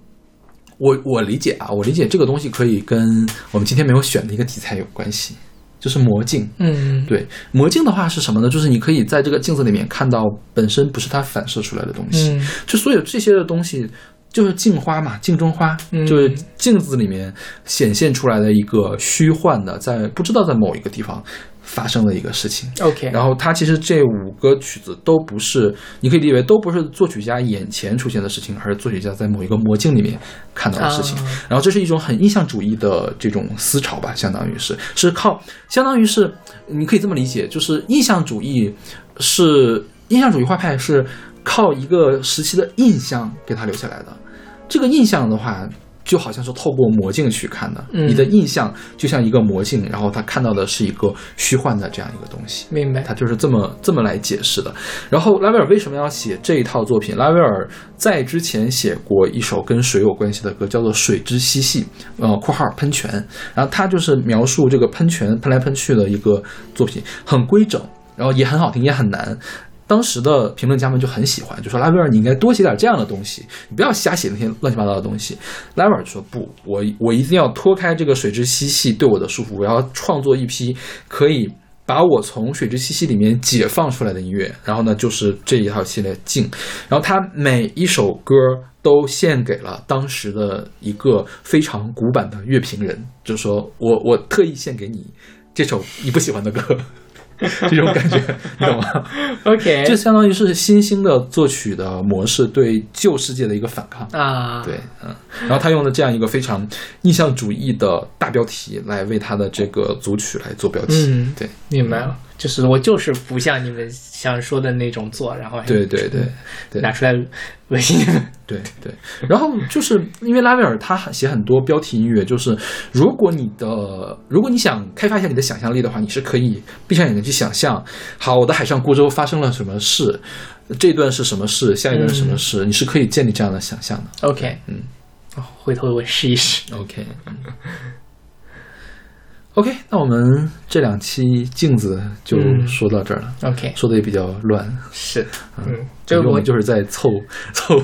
B: 我我理解啊，我理解这个东西可以跟我们今天没有选的一个题材有关系，就是魔镜。
A: 嗯，
B: 对，魔镜的话是什么呢？就是你可以在这个镜子里面看到本身不是它反射出来的东西，
A: 嗯
B: 就所有这些的东西。就是镜花嘛，镜中花，
A: 嗯
B: 就是镜子里面显现出来的一个虚幻的，在不知道在某一个地方发生的一个事情。
A: ，OK，
B: 然后它其实这五个曲子都不是，你可以理解为都不是作曲家眼前出现的事情，而是作曲家在某一个魔镜里面看到的事情。
A: 啊
B: 然后这是一种很印象主义的这种思潮吧，相当于是是靠，相当于是你可以这么理解，就是印象主义是呃印象主义画派是靠一个时期的印象给它留下来的。这个印象的话，就好像是透过魔镜去看的，
A: 嗯
B: 你的印象就像一个魔镜，然后他看到的是一个虚幻的这样一个东西。
A: 明白
B: 他。就是这么这么来解释的。然后拉威尔为什么要写这一套作品？拉威尔在之前写过一首跟水有关系的歌，叫做《水之嬉戏》，呃，括号喷泉。然后他就是描述这个喷泉喷来喷去的一个作品，很规整，然后也很好听，也很难。当时的评论家们就很喜欢，就说拉威尔你应该多写点这样的东西，你不要瞎写那些乱七八糟的东西。拉威尔说不，我我一定要脱开这个水之嬉戏对我的束缚，我要创作一批可以把我从水之嬉戏里面解放出来的音乐。然后呢，就是这一套系列镜，然后他每一首歌都献给了当时的一个非常古板的乐评人，就说我我特意献给你这首你不喜欢的歌。 这种感觉，你懂吗？
A: OK，
B: 这相当于是新兴的作曲的模式对旧世界的一个反抗。
A: 啊，
B: 对，嗯，然后他用了这样一个非常印象主义的大标题来为他的这个组曲来做标题，
A: 嗯
B: 对，
A: 明白了，就是我就是不像你们想说的那种做，然后还
B: 对对对对
A: 拿出来恶心你们。
B: 对对。然后就是因为拉威尔他写很多标题音乐，就是如果你的如果你想开发一下你的想象力的话，你是可以闭上眼睛去想象，好，我的海上孤舟发生了什么事，这段是什么事，下一段是
A: 嗯
B: 什么事，你是可以建立这样的想象 的。
A: OK，
B: 嗯
A: 哦，回头我试一试。
B: OK，OK，那我们这两期镜子就
A: 嗯
B: 说到这儿了，
A: OK，
B: 说的也比较乱，
A: 是，嗯，
B: 因
A: 这
B: 为我
A: 我哎
B: 们就是在凑凑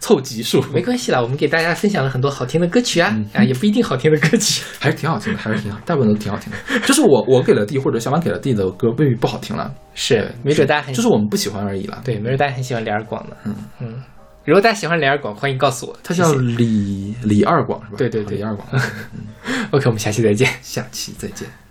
B: 凑集数，
A: 没关系啦，我们给大家分享了很多好听的歌曲
B: 嗯
A: 啊，啊，也不一定好听的歌曲。
B: 还是挺好听的，还是挺好，大部分都挺好听的。就是我我给了地或者小马给了地的歌未必不好听了，
A: 是，没准大家很
B: 就是我们不喜欢而已啦。
A: 对，没准大家很喜欢李二广的。嗯嗯，如果大家喜欢李二广，欢迎告诉我。
B: 他叫
A: 谢谢
B: 李李二广是吧？哦
A: 对对对
B: 李二广。
A: OK，我们下期再见。
B: 下期再见。